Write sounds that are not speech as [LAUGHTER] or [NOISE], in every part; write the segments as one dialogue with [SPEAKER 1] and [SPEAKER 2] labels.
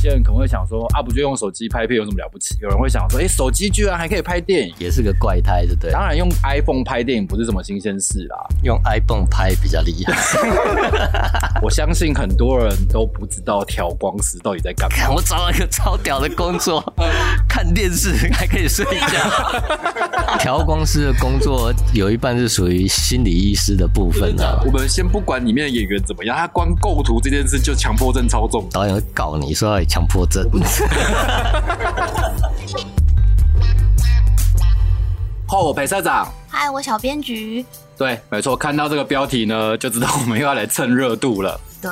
[SPEAKER 1] 些人可能会想说啊，不就用手机拍片有什么了不起？有人会想说，哎、手机居然还可以拍电影。
[SPEAKER 2] 也是个怪胎，对不对？
[SPEAKER 1] 当然，用 iPhone 拍电影不是什么新鲜事啦。
[SPEAKER 2] 用 iPhone 拍比较厉害。
[SPEAKER 1] 我相信很多人都不知道调光师到底在干嘛
[SPEAKER 2] [LAUGHS] 看。我找到一个超屌的工 [LAUGHS] 作，看电视还可以睡觉。 [LAUGHS] 调光师的工作有一半是属于心理医师的部分啊。
[SPEAKER 1] 我们先不管里面的演员怎么样，他光构图这件事就强迫症超重。
[SPEAKER 2] 导演会告你说他有强迫症。 [LAUGHS]
[SPEAKER 1] 后裴哦社长，
[SPEAKER 3] 嗨，我小编局。
[SPEAKER 1] 对，没错，看到这个标题呢，就知道我们又要来蹭热度了。
[SPEAKER 3] 对，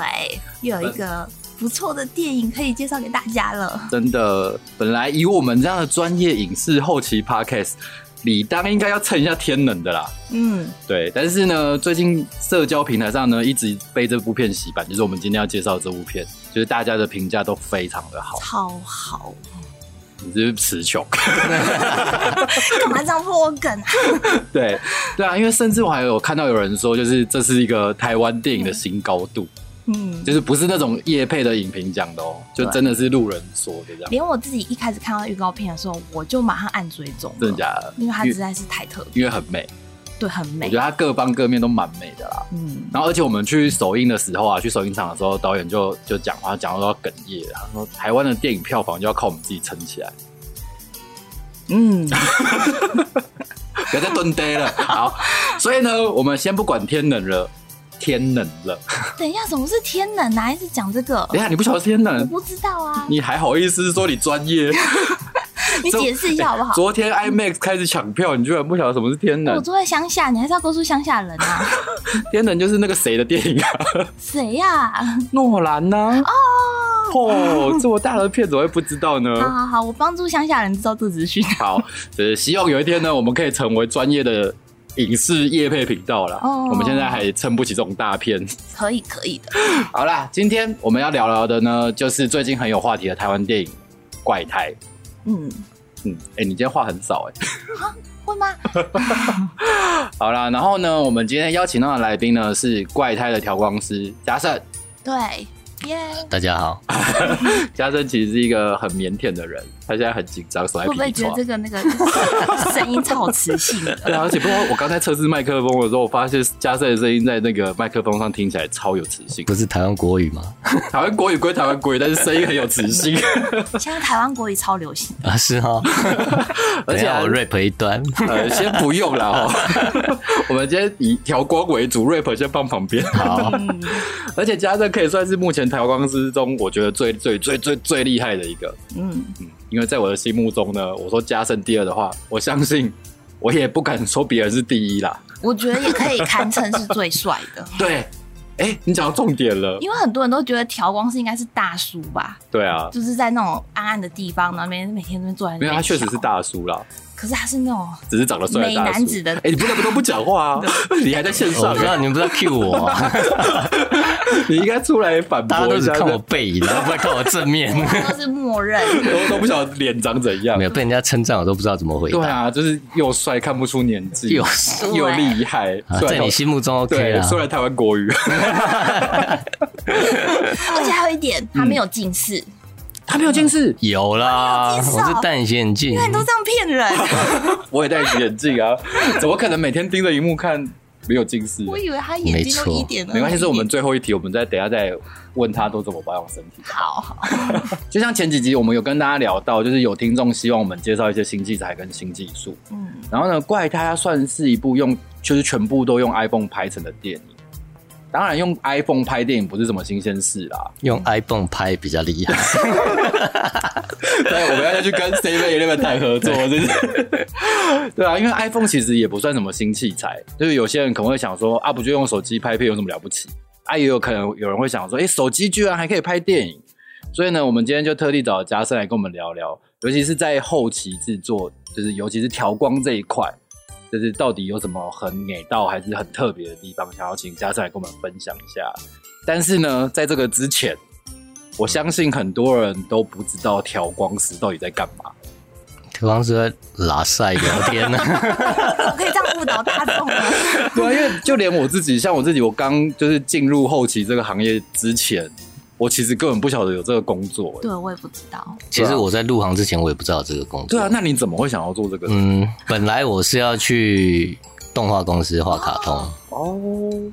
[SPEAKER 3] 又有一个不错的电影可以介绍给大家了。
[SPEAKER 1] 真的，本来以我们这样的专业影视后期 podcast，理当应该要蹭一下天冷的啦。
[SPEAKER 3] 嗯，
[SPEAKER 1] 对，但是呢，最近社交平台上呢，一直被这部片洗版，就是我们今天要介绍的这部片，就是大家的评价都非常的好，
[SPEAKER 3] 超好，
[SPEAKER 1] 你是不是词穷。 [LAUGHS]
[SPEAKER 3] 干嘛这样破我梗啊？
[SPEAKER 1] 对，对啊，因为甚至我还有看到有人说，就是这是一个台湾电影的新高度，
[SPEAKER 3] 嗯，
[SPEAKER 1] 就是不是那种业配的影评讲的哦，就真的是路人说的这样，
[SPEAKER 3] 连我自己一开始看到预告片的时候，我就马上按追踪了，
[SPEAKER 1] 真的假的？
[SPEAKER 3] 因为它
[SPEAKER 1] 因
[SPEAKER 3] 实
[SPEAKER 1] 为
[SPEAKER 3] 在是太特别，
[SPEAKER 1] 因为很美，
[SPEAKER 3] 对，很
[SPEAKER 1] 我
[SPEAKER 3] 美
[SPEAKER 1] 觉得。它各方各面都蛮美的啦。
[SPEAKER 3] 嗯，
[SPEAKER 1] 然后，而且我们去首映的时候啊，去首映场的时候，导演就就讲话讲到哽咽了，他说台湾的电影票房就要靠我们自己撑起来，
[SPEAKER 3] 嗯，
[SPEAKER 1] 不要再蹲呆了。好，所以呢，我们先不管天冷了，天冷了，
[SPEAKER 3] 等一下，什么是天冷啊？一直讲这个，
[SPEAKER 1] 等一下你不晓得天
[SPEAKER 3] 我
[SPEAKER 1] 冷，
[SPEAKER 3] 不知道啊，
[SPEAKER 1] 你还好意思说你专业？
[SPEAKER 3] 你解释一下好不好？
[SPEAKER 1] 昨天 IMAX 开始抢票，你居然不晓得什么是哎天
[SPEAKER 3] 我
[SPEAKER 1] 冷？
[SPEAKER 3] 住在乡下，你还是要告诉乡下人啊？
[SPEAKER 1] [LAUGHS] 天冷就是那个谁的电影啊？ [LAUGHS]
[SPEAKER 3] 谁呀、
[SPEAKER 1] 诺兰呐、哦，这么大的片怎么会不知道
[SPEAKER 3] 好
[SPEAKER 1] 呢？
[SPEAKER 3] 好好，我帮助乡下人知道这资讯。
[SPEAKER 1] 好，就是希望有一天呢，我们可以成为专业的影视业配频道啦。
[SPEAKER 3] 哦
[SPEAKER 1] 我们现在还撑不起这种大片。
[SPEAKER 3] 可以可以的，
[SPEAKER 1] 好啦，今天我们要聊聊的呢，就是最近很有话题的台湾电影《怪胎》。
[SPEAKER 3] 嗯，
[SPEAKER 1] 嗯，哎、你今天话很少哎、 [LAUGHS]
[SPEAKER 3] 会吗？
[SPEAKER 1] 好啦，然后呢，我们今天邀请到的来宾呢是怪胎的调光师嘉盛。 [LAUGHS]
[SPEAKER 3] 对，耶、
[SPEAKER 2] 大家好，
[SPEAKER 1] 嘉盛其实是一个很腼腆的人，他现在很紧张，手在
[SPEAKER 3] 会不会
[SPEAKER 1] 皮
[SPEAKER 3] 觉得
[SPEAKER 1] 抓。
[SPEAKER 3] 这个那个 [LAUGHS] 声音超有磁性的？
[SPEAKER 1] [LAUGHS]
[SPEAKER 3] [LAUGHS]
[SPEAKER 1] 对啊，而且不过我刚才测试麦克风的时候，我发现嘉盛的声音在那个麦克风上听起来超有磁
[SPEAKER 3] [LAUGHS]
[SPEAKER 1] 性。
[SPEAKER 2] 不是台湾国语吗？
[SPEAKER 1] 台湾国语归台湾国语，但是声音很有磁
[SPEAKER 3] [LAUGHS]
[SPEAKER 1] 性，
[SPEAKER 3] 现在台湾国语超流行，
[SPEAKER 2] 啊， [LAUGHS] 是哈、哦。
[SPEAKER 1] 而
[SPEAKER 2] [LAUGHS] 等一
[SPEAKER 1] 且
[SPEAKER 2] 下
[SPEAKER 1] 啊
[SPEAKER 2] 我 rap 一 [LAUGHS] 段，
[SPEAKER 1] 呃，先不用了哦。 [LAUGHS] 我们今天以调光为主，rap 先放旁边。
[SPEAKER 2] 好，
[SPEAKER 3] 嗯，
[SPEAKER 1] [LAUGHS] 而且嘉盛可以算是目前调光师中，我觉得最最最最最厉害的一个。
[SPEAKER 3] 嗯，
[SPEAKER 1] 嗯，因为在我的心目中呢，我说嘉盛第二的话，我相信我也不敢说别人是第一啦。
[SPEAKER 3] 我觉得也可以堪称是最帅的， [LAUGHS]
[SPEAKER 1] 对，哎、你讲到重点了。
[SPEAKER 3] 因为很多人都觉得调光师应该是大叔吧，
[SPEAKER 1] 对啊，
[SPEAKER 3] 就是在那种暗暗的地方，然后每天每天都坐在那
[SPEAKER 1] 因为
[SPEAKER 3] 边。
[SPEAKER 1] 他确实是，大叔啦，
[SPEAKER 3] 可是他是那种
[SPEAKER 1] 只是长得帅的大叔。
[SPEAKER 3] 美男子的
[SPEAKER 1] 哎、你不能不都不讲
[SPEAKER 3] [LAUGHS]
[SPEAKER 1] 话啊！你还在线
[SPEAKER 2] 我
[SPEAKER 1] 上
[SPEAKER 2] 不知，道你们不要 cue 我、啊，
[SPEAKER 1] 你应该出来反
[SPEAKER 2] [LAUGHS] 大家
[SPEAKER 1] 驳
[SPEAKER 2] 都
[SPEAKER 1] 一
[SPEAKER 2] 只
[SPEAKER 1] 下。
[SPEAKER 2] 看我背 [LAUGHS] 影，然后不会看我正面。
[SPEAKER 3] 他都是默认，
[SPEAKER 1] [LAUGHS] 都都不晓得脸长怎样
[SPEAKER 2] 没。有被人家称赞，我都不知道怎么回 [LAUGHS]
[SPEAKER 1] 对
[SPEAKER 2] 答。
[SPEAKER 1] 啊，就是又帅，看不出年纪，
[SPEAKER 3] [LAUGHS]
[SPEAKER 2] 又
[SPEAKER 1] 又厉害，
[SPEAKER 2] 啊，
[SPEAKER 1] 虽然
[SPEAKER 2] 在你心目中 OK
[SPEAKER 1] 对，
[SPEAKER 2] 啊？
[SPEAKER 1] 虽然台湾
[SPEAKER 2] [LAUGHS]
[SPEAKER 1] 国语，
[SPEAKER 3] 而且还有一点，
[SPEAKER 1] 嗯
[SPEAKER 3] 他没有近视，
[SPEAKER 1] 他没有近视，
[SPEAKER 2] 有啦，
[SPEAKER 3] 哎我有介绍
[SPEAKER 2] 我是戴隐形眼镜
[SPEAKER 3] 因。为你都这样骗
[SPEAKER 1] 嗯
[SPEAKER 3] 人，
[SPEAKER 1] 我也戴眼镜啊，怎么可能每天盯着荧幕看没有近视？
[SPEAKER 3] [LAUGHS] 我以为他眼睛都
[SPEAKER 2] 没错
[SPEAKER 3] 一点了，
[SPEAKER 1] 没关系，是我们最后一题，我们再等一下再问他都怎么保养身体。
[SPEAKER 3] 好好，
[SPEAKER 1] 就像前几集我们有跟大家聊到，就是有听众希望我们介绍一些新器材跟新技术。
[SPEAKER 3] 嗯。
[SPEAKER 1] 然后呢，怪胎它算是一部用就是全部都用 iPhone 拍成的电影。当然，用 iPhone 拍电影不是什么新鲜事啦。
[SPEAKER 2] 用 iPhone 拍比较厉
[SPEAKER 3] [LAUGHS]
[SPEAKER 2] 害，
[SPEAKER 1] 对，我们要再去跟 C 位 Eleven 谈合作，就是。 [LAUGHS] 对啊，因为 iPhone 其实也不算什么新器材，就是有些人可能会想说啊，不就用手机拍片有什么了不起？啊，也有可能有人会想说，哎、手机居然还可以拍电影。所以呢，我们今天就特地找嘉盛来跟我们聊聊，尤其是在后期制作，就是尤其是调光这一块，就是到底有什么很美到还是很特别的地方，想要请嘉盛来跟我们分享一下。但是呢，在这个之前，我相信很多人都不知道调光师到底在干 [LAUGHS] 嘛。
[SPEAKER 2] 对方说拉塞聊天
[SPEAKER 3] [LAUGHS]
[SPEAKER 2] 呢、
[SPEAKER 3] 我可以这样误导大众吗？ [LAUGHS]
[SPEAKER 1] 对啊，因为就连我自己，像我自己，我刚就是进入后期这个行业之前，我其实根本不晓得有这个工作、欸
[SPEAKER 3] 对我也不知道，
[SPEAKER 2] 其实我在入行之前，我也不知道这个工作。
[SPEAKER 1] 对啊，那你怎么会想要做这个？
[SPEAKER 2] 嗯，本来我是要去动画公司画卡通，
[SPEAKER 1] 哦，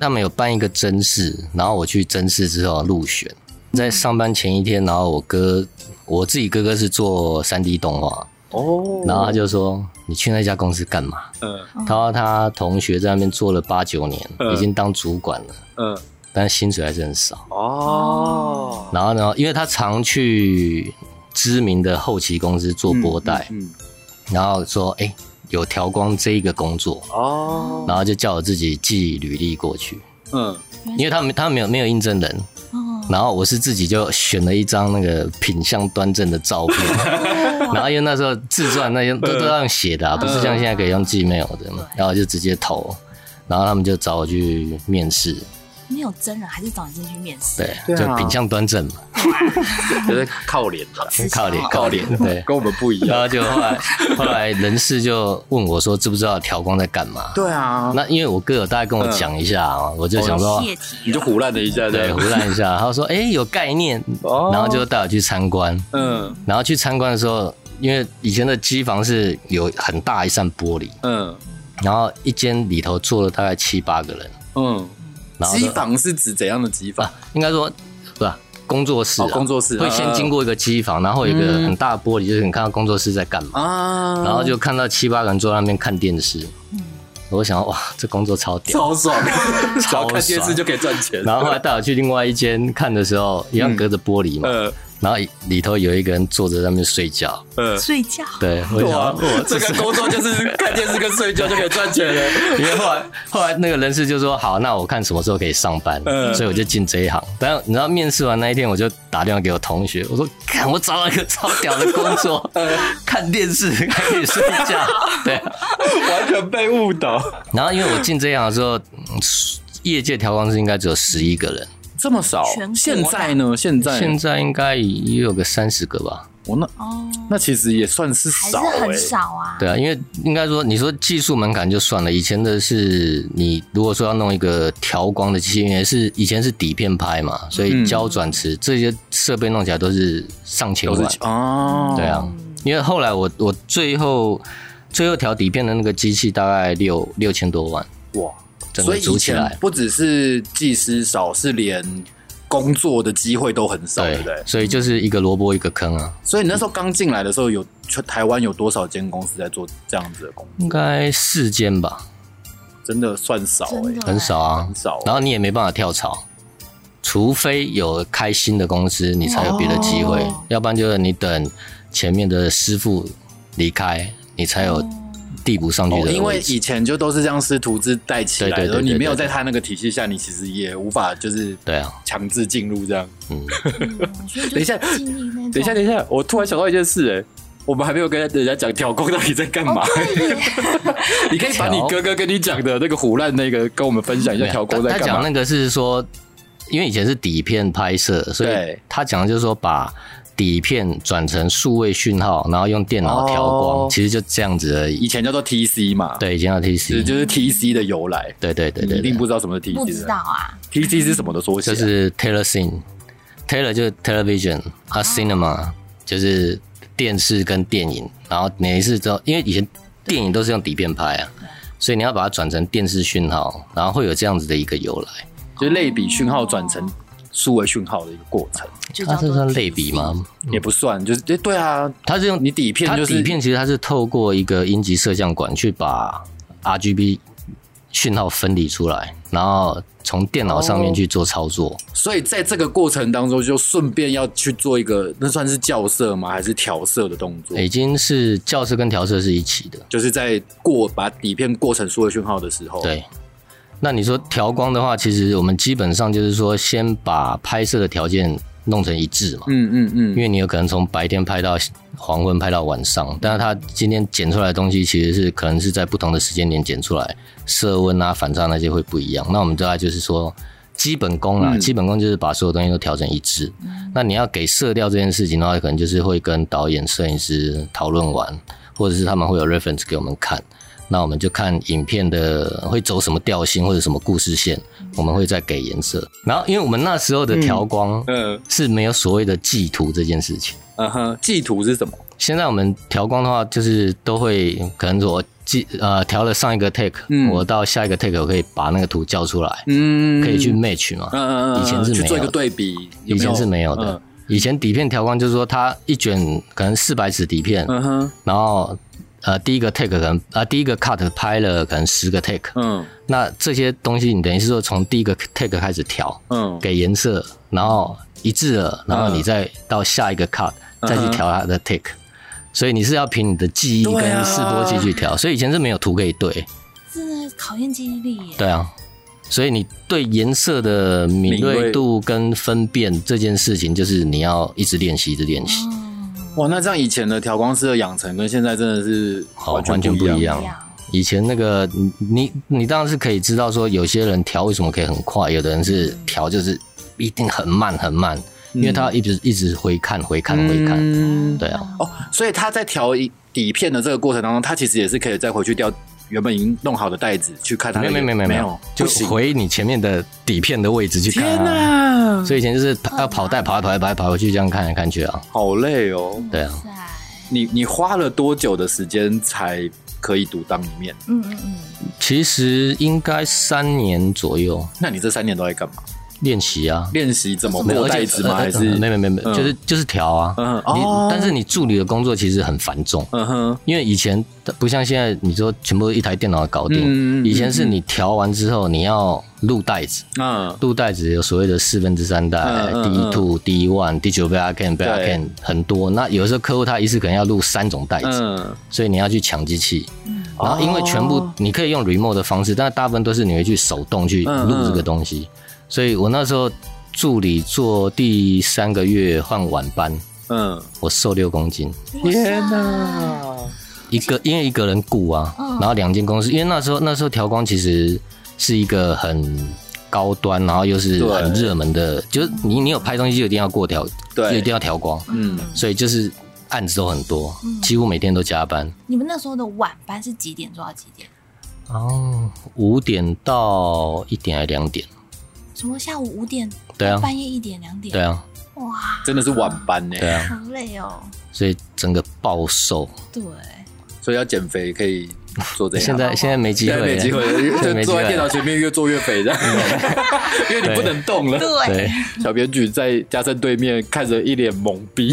[SPEAKER 2] 他们有办一个甄试，然后我去甄试之后入选，在上班前一天，然后我哥，我自己哥哥是做三 D 动画，
[SPEAKER 1] 哦，
[SPEAKER 2] 然后他就说：“你去那家公司干嘛
[SPEAKER 1] 嗯？”
[SPEAKER 3] 嗯
[SPEAKER 2] 他说他同学在那边做了八九年，
[SPEAKER 1] 嗯
[SPEAKER 3] 呃
[SPEAKER 2] 已经当主管了，
[SPEAKER 1] 嗯，
[SPEAKER 2] 但是薪水还是很少。
[SPEAKER 1] 哦，
[SPEAKER 2] 然后呢，因为他常去知名的后期公司做波带，
[SPEAKER 1] 嗯，
[SPEAKER 2] 然后说：“哎、有调光这一个工作。”
[SPEAKER 1] 哦，
[SPEAKER 2] 然后就叫我自己寄履历过去，
[SPEAKER 1] 嗯，
[SPEAKER 2] 因为他们他们没有没有应征人，
[SPEAKER 3] 哦，
[SPEAKER 2] 然后我是自己就选了一张那个品相端正的照片，
[SPEAKER 3] 哦
[SPEAKER 2] 然后因为那时候自传那些都都要用写的、啊，不是像现在可以用 Gmail 的嘛，
[SPEAKER 1] 嗯
[SPEAKER 2] 然后就直接投，然后他们就找我去面试，
[SPEAKER 3] 没有真人，还是找你进去面试，
[SPEAKER 2] 对，
[SPEAKER 1] 对啊
[SPEAKER 2] 就品相端正嘛，
[SPEAKER 1] 就是啊靠脸的，
[SPEAKER 3] 吃香
[SPEAKER 2] 靠
[SPEAKER 3] 哦
[SPEAKER 2] 脸靠脸，对，
[SPEAKER 1] [LAUGHS] 跟我们不一
[SPEAKER 2] 然
[SPEAKER 1] 样。
[SPEAKER 2] 后就后来后来人事就问我说知不知道调光在干嘛？
[SPEAKER 1] 对啊，
[SPEAKER 2] 那因为我哥有大概
[SPEAKER 1] 嗯
[SPEAKER 2] 跟我讲一下啊，我就想说。
[SPEAKER 3] 泄题
[SPEAKER 1] 你就
[SPEAKER 3] 了，
[SPEAKER 1] 胡乱了一下，这
[SPEAKER 2] 对，
[SPEAKER 1] 样
[SPEAKER 2] 胡乱一下，他说：“哎、有概念。”
[SPEAKER 1] 哦
[SPEAKER 2] 然后就带我去参观。
[SPEAKER 1] 嗯
[SPEAKER 2] 然后去参观的时候，因为以前的机房是有很大一扇玻璃，
[SPEAKER 1] 嗯
[SPEAKER 2] 然后一间里头坐了大概七八个人，
[SPEAKER 1] 嗯，
[SPEAKER 2] 然后
[SPEAKER 1] 机
[SPEAKER 2] 就啊
[SPEAKER 1] 房是指怎样的机房？
[SPEAKER 2] 应该说不是啊工作室啊、
[SPEAKER 1] 哦工作室
[SPEAKER 2] 会先经过一个机房，然后有一个很大的玻璃，就是你看到工作室在干嘛，
[SPEAKER 1] 啊，
[SPEAKER 2] 然后就看到七八个人坐在那边看电视。我想哇，这工作超屌。
[SPEAKER 1] 超爽，只要
[SPEAKER 2] 超
[SPEAKER 1] 看
[SPEAKER 2] 爽
[SPEAKER 1] 电视就可以赚钱。
[SPEAKER 2] 然后后来带我去另外一间看的时候，一
[SPEAKER 1] 嗯
[SPEAKER 2] 样隔着玻璃嘛，
[SPEAKER 1] 呃
[SPEAKER 2] 然后里头有一个人坐着在那边睡觉。
[SPEAKER 1] 呃，
[SPEAKER 3] 睡觉，
[SPEAKER 1] [LAUGHS]
[SPEAKER 2] 对，我就想
[SPEAKER 1] 哇
[SPEAKER 2] 说哇，，
[SPEAKER 1] 啊这个工作就是看电视跟睡觉就可以赚钱
[SPEAKER 2] [LAUGHS]
[SPEAKER 1] 了。
[SPEAKER 2] 因为后来后来那个人事就说好，那我看什么时候可以上班，
[SPEAKER 1] 嗯
[SPEAKER 2] 所以我就进这一行。但你知道面试完那一天，我就打电话给我同学，我说：“看我找到一个超屌的工作，
[SPEAKER 1] 嗯
[SPEAKER 2] 看电视还可以睡
[SPEAKER 1] [LAUGHS]
[SPEAKER 2] 觉。”对啊，
[SPEAKER 1] 完全被误导，
[SPEAKER 2] 然后因为我进这一行的时候，嗯业界调光师应该只有十一个人，
[SPEAKER 1] 这么少
[SPEAKER 3] 全国，的
[SPEAKER 1] 现在呢？现在
[SPEAKER 2] 现在应该也有个三十个吧？
[SPEAKER 1] 我那
[SPEAKER 3] 哦，
[SPEAKER 1] 那其实也算是
[SPEAKER 3] 还
[SPEAKER 1] 少
[SPEAKER 3] 是
[SPEAKER 1] 哎
[SPEAKER 3] 很，少啊，
[SPEAKER 2] 对啊，因为应该说，你说技术门槛就算了，以前的是你如果说要弄一个调光的机器，因为是以前是底片拍嘛，所以
[SPEAKER 1] 嗯
[SPEAKER 2] 胶转磁、这些设备弄起来都是上千
[SPEAKER 1] 都
[SPEAKER 2] 万
[SPEAKER 1] 是，哦，
[SPEAKER 2] 对啊，因为后来我我最后最后调底片的那个机器大概六六千多万，
[SPEAKER 1] 哇，
[SPEAKER 2] 整
[SPEAKER 1] 所
[SPEAKER 2] 个
[SPEAKER 1] 以以
[SPEAKER 2] 组起
[SPEAKER 1] 前
[SPEAKER 2] 来，
[SPEAKER 1] 不只是技师少，是连工作的机会都很少，对
[SPEAKER 2] 对
[SPEAKER 1] 不对？
[SPEAKER 2] 所以就是一个萝卜一个坑啊，
[SPEAKER 1] 所以你那时候刚进来的时候，有全台湾有多少间公司在做这样子的工作？
[SPEAKER 2] 应该四间吧，
[SPEAKER 1] 真的算少哎、
[SPEAKER 3] 真的
[SPEAKER 2] 很少啊
[SPEAKER 1] 很，少、欸
[SPEAKER 2] 然后你也没办法跳槽，除非有开新的公司，你才有别的机会，
[SPEAKER 3] 哦
[SPEAKER 2] 要不然就是你等前面的师傅离开，你才有 [LAUGHS] 递补上去
[SPEAKER 1] 哦，
[SPEAKER 2] 的
[SPEAKER 1] 因为
[SPEAKER 2] 位置。
[SPEAKER 1] 以前就都是这样师徒制带起来
[SPEAKER 2] 对对对
[SPEAKER 1] 的，
[SPEAKER 2] 对对
[SPEAKER 1] 你没有在他那个体系下，你其实也无法就是
[SPEAKER 2] 对啊，
[SPEAKER 1] 强制进入这样。
[SPEAKER 2] 嗯，
[SPEAKER 3] 嗯所以就
[SPEAKER 1] 等一下
[SPEAKER 3] 经历那种
[SPEAKER 1] 等一下，等一下，我突然想到一件事、欸，我们还没有跟人家讲调工到底在干嘛。
[SPEAKER 2] 哦
[SPEAKER 1] [LAUGHS] 你可以把你
[SPEAKER 2] 调
[SPEAKER 1] 哥哥跟你讲的那个胡乱那个跟我们分享一下调工
[SPEAKER 2] 他
[SPEAKER 1] 在
[SPEAKER 2] 他
[SPEAKER 1] 干
[SPEAKER 2] 讲
[SPEAKER 1] 嘛。
[SPEAKER 2] 那个是说，因为以前是底片拍摄，所以
[SPEAKER 1] 对
[SPEAKER 2] 他讲的就是说把底片转成数位讯号，然后用电脑调光，
[SPEAKER 1] 哦
[SPEAKER 2] 其实就这样子而
[SPEAKER 1] 以
[SPEAKER 2] 已。
[SPEAKER 1] 前叫做 TC 嘛，，
[SPEAKER 2] 对，以前要
[SPEAKER 1] 是
[SPEAKER 2] TC，
[SPEAKER 1] 就是 TC 的由来。
[SPEAKER 2] 对对对
[SPEAKER 1] 你
[SPEAKER 2] 对
[SPEAKER 1] 一定
[SPEAKER 2] 对，
[SPEAKER 1] 不知道什么是 TC，
[SPEAKER 3] [LAUGHS] 不知
[SPEAKER 2] [LAUGHS]
[SPEAKER 3] 道啊，
[SPEAKER 1] TC 是什么的缩写啊？
[SPEAKER 2] 就是 Taylor Sin。Taylor 就是 television，啊 cinema 就是电视跟电影，然后每一次都因为以前电影都是用底片拍啊，所以你要把它转成电视讯号，然后会有这样子的一个由来。
[SPEAKER 1] 就是类比讯号转成数位讯号的一个过程，
[SPEAKER 3] 就
[SPEAKER 2] 它
[SPEAKER 3] 叫
[SPEAKER 2] 这
[SPEAKER 3] 做
[SPEAKER 2] 算类比吗？
[SPEAKER 1] 也不算，就是对对啊，
[SPEAKER 2] 它是用
[SPEAKER 1] 你底片
[SPEAKER 2] 嗯它
[SPEAKER 1] 就是
[SPEAKER 2] 底片，其实它是透过一个阴极摄像管去把 RGB 讯号分离出来，然后从电脑上面去做操作。
[SPEAKER 1] 所以在这个过程当中，就顺便要去做一个，那算是校色吗？还是调色的动作？
[SPEAKER 2] 已经是校色跟调色是一起的。
[SPEAKER 1] 就是在过把底片过成数位讯号的时候，，
[SPEAKER 2] 对，那你说调光的话，其实我们基本上就是说，先把拍摄的条件弄成一致嘛，
[SPEAKER 1] 嗯嗯
[SPEAKER 2] 因
[SPEAKER 1] 嗯，
[SPEAKER 2] 为你有可能从白天拍到黄昏，拍到晚上，但是它今天剪出来的东西其实是可能是在不同的时间点剪出来，色温啊、反差那些会不一样。那我们大概就是说。基本功啦，
[SPEAKER 1] 嗯
[SPEAKER 2] 基本功就是把所有东西都调成一致。那你要给色调这件事情的话，可能就是会跟导演、摄影师讨论完，或者是他们会有 reference 给我们看。那我们就看影片的会走什么调性或者什么故事线，我们会再给颜色。然后，因为我们那时候的调光
[SPEAKER 1] 嗯
[SPEAKER 2] 是没有所谓的祭图这件事情。
[SPEAKER 1] 嗯哼，祭图是什么？
[SPEAKER 2] 现在我们调光的话，就是都会可能我记呃调了上一个 take，、
[SPEAKER 1] 嗯
[SPEAKER 2] 我到下一个 take 我可以把那个图叫出来，
[SPEAKER 1] 嗯
[SPEAKER 2] 可以去 match 嘛。
[SPEAKER 1] 嗯嗯嗯，
[SPEAKER 2] 以前是没有
[SPEAKER 1] 去做一个
[SPEAKER 2] 的
[SPEAKER 1] 对比，有
[SPEAKER 2] 以前是没有的。
[SPEAKER 1] 嗯
[SPEAKER 2] 以前底片调光就是说，它一卷可能四百纸底片，
[SPEAKER 1] 嗯哼，
[SPEAKER 2] 然后呃第一个 take 可能啊、呃第一个 cut 拍了可能十个 take，、
[SPEAKER 1] 嗯
[SPEAKER 2] 那这些东西你等于是说从第一个 take 开始调，
[SPEAKER 1] 嗯，
[SPEAKER 2] 给颜色，然后一致了，然后你再到下一个 cut、
[SPEAKER 1] 嗯哼
[SPEAKER 2] 再去调它的 take，所以你是要凭你的记忆
[SPEAKER 1] 对啊
[SPEAKER 2] 跟示波器去调，所以以前是没有图可以对，
[SPEAKER 3] 真的考验记忆力耶。
[SPEAKER 2] 对啊。所以你对颜色的敏锐度跟分辨这件事情，就是你要一直练习，一直练习。
[SPEAKER 3] 哦，
[SPEAKER 1] 哇，那这样以前的调光师的养成跟现在真的是
[SPEAKER 2] 好完全
[SPEAKER 1] 不
[SPEAKER 2] 不一
[SPEAKER 1] 样。
[SPEAKER 2] 样以前那个你你你当然是可以知道说，有些人调为什么可以很快，有的人是调就是一定很慢很慢，因为他一直一直回看回看回看。
[SPEAKER 1] 嗯
[SPEAKER 2] 对啊，
[SPEAKER 1] 哦，所以他在调底片的这个过程当中，他其实也是可以再回去调原本已经弄好的袋子去看他
[SPEAKER 2] 没
[SPEAKER 1] 那
[SPEAKER 2] 有
[SPEAKER 1] 个。
[SPEAKER 2] 没有没有没有没有，就
[SPEAKER 1] 不行。
[SPEAKER 2] 回你前面的底片的位置去看、
[SPEAKER 1] 天
[SPEAKER 2] 啊。
[SPEAKER 1] 哪，
[SPEAKER 2] 所以以前就是跑要跑带跑来跑来跑来跑回去这样看来看去啊。
[SPEAKER 1] 好累哦！
[SPEAKER 2] 对
[SPEAKER 3] 哇
[SPEAKER 2] 啊，
[SPEAKER 3] 塞，
[SPEAKER 1] 你你花了多久的时间才可以独当一面？
[SPEAKER 3] 嗯嗯嗯，
[SPEAKER 2] 其实应该三年左右
[SPEAKER 1] 那你这三年都在干嘛？
[SPEAKER 2] 练习啊，
[SPEAKER 1] 练习怎么
[SPEAKER 2] 没有
[SPEAKER 1] 过
[SPEAKER 2] 而且
[SPEAKER 1] 袋子吗？
[SPEAKER 2] 呃
[SPEAKER 1] 还
[SPEAKER 2] 呃
[SPEAKER 1] 是
[SPEAKER 2] 没有没有没有，
[SPEAKER 1] 嗯
[SPEAKER 2] 就是就是调啊。
[SPEAKER 1] 嗯
[SPEAKER 2] 你
[SPEAKER 1] 哦
[SPEAKER 2] 但是你助理的工作其实很繁重，
[SPEAKER 1] 嗯哼
[SPEAKER 2] 因为以前不像现在，你说全部一台电脑搞
[SPEAKER 1] 嗯嗯
[SPEAKER 2] 定，
[SPEAKER 1] 嗯
[SPEAKER 2] 以前是你调完之后你要录袋子，
[SPEAKER 1] 嗯
[SPEAKER 2] 录袋子有所谓的四分之三代
[SPEAKER 1] 嗯嗯、
[SPEAKER 2] 第一 two、第一 one、第九 back end、back
[SPEAKER 1] 对
[SPEAKER 2] end 很多。那有时候客户他一次可能要录三种袋子，
[SPEAKER 1] 嗯
[SPEAKER 2] 所以你要去抢机器。然后因为全部
[SPEAKER 1] 哦
[SPEAKER 2] 你可以用 remote 的方式，但大部分都是你会去手动去
[SPEAKER 1] 嗯
[SPEAKER 2] 录这个东西。所以我那时候助理做第三个月换晚班，
[SPEAKER 1] 嗯，
[SPEAKER 2] 我瘦六公斤。
[SPEAKER 1] 天
[SPEAKER 3] 哪！
[SPEAKER 1] 哪！
[SPEAKER 2] 一个因为一个人雇啊，
[SPEAKER 3] 嗯
[SPEAKER 2] 然后两间公司，因为那时候那时候调光其实是一个很高端，然后又是
[SPEAKER 1] 对
[SPEAKER 2] 很热门的，就是你你有拍东西就一定要过调，
[SPEAKER 1] 对
[SPEAKER 2] 就一定要调光，
[SPEAKER 1] 嗯
[SPEAKER 2] 所以就是案子都很多，
[SPEAKER 3] 嗯
[SPEAKER 2] 几乎每天都加班。
[SPEAKER 3] 你们那时候的晚班是几点做到几点？
[SPEAKER 2] 哦，五点到一点还两点，
[SPEAKER 3] 什么下午五点？
[SPEAKER 2] 对啊
[SPEAKER 3] 半夜一点两点？
[SPEAKER 2] 对啊，
[SPEAKER 3] 哇，
[SPEAKER 1] 真的是晚班呢，
[SPEAKER 2] 对啊，
[SPEAKER 3] 好累哦。
[SPEAKER 2] 所以整个暴瘦。
[SPEAKER 3] 对，
[SPEAKER 1] 所以要减肥可以做这样。
[SPEAKER 2] 现在现在没机
[SPEAKER 1] 啊现在
[SPEAKER 2] 会
[SPEAKER 1] 没
[SPEAKER 2] 了，
[SPEAKER 1] 机会了，
[SPEAKER 2] [LAUGHS] 现在没
[SPEAKER 1] 就
[SPEAKER 2] 机
[SPEAKER 1] 坐在电
[SPEAKER 2] 会
[SPEAKER 1] 脑
[SPEAKER 2] 了。
[SPEAKER 1] 前面越坐越肥
[SPEAKER 2] [LAUGHS]
[SPEAKER 1] 的，因为你不能动了。
[SPEAKER 2] 对
[SPEAKER 3] 对，，
[SPEAKER 1] 小编举在嘉盛对面看着一脸懵逼，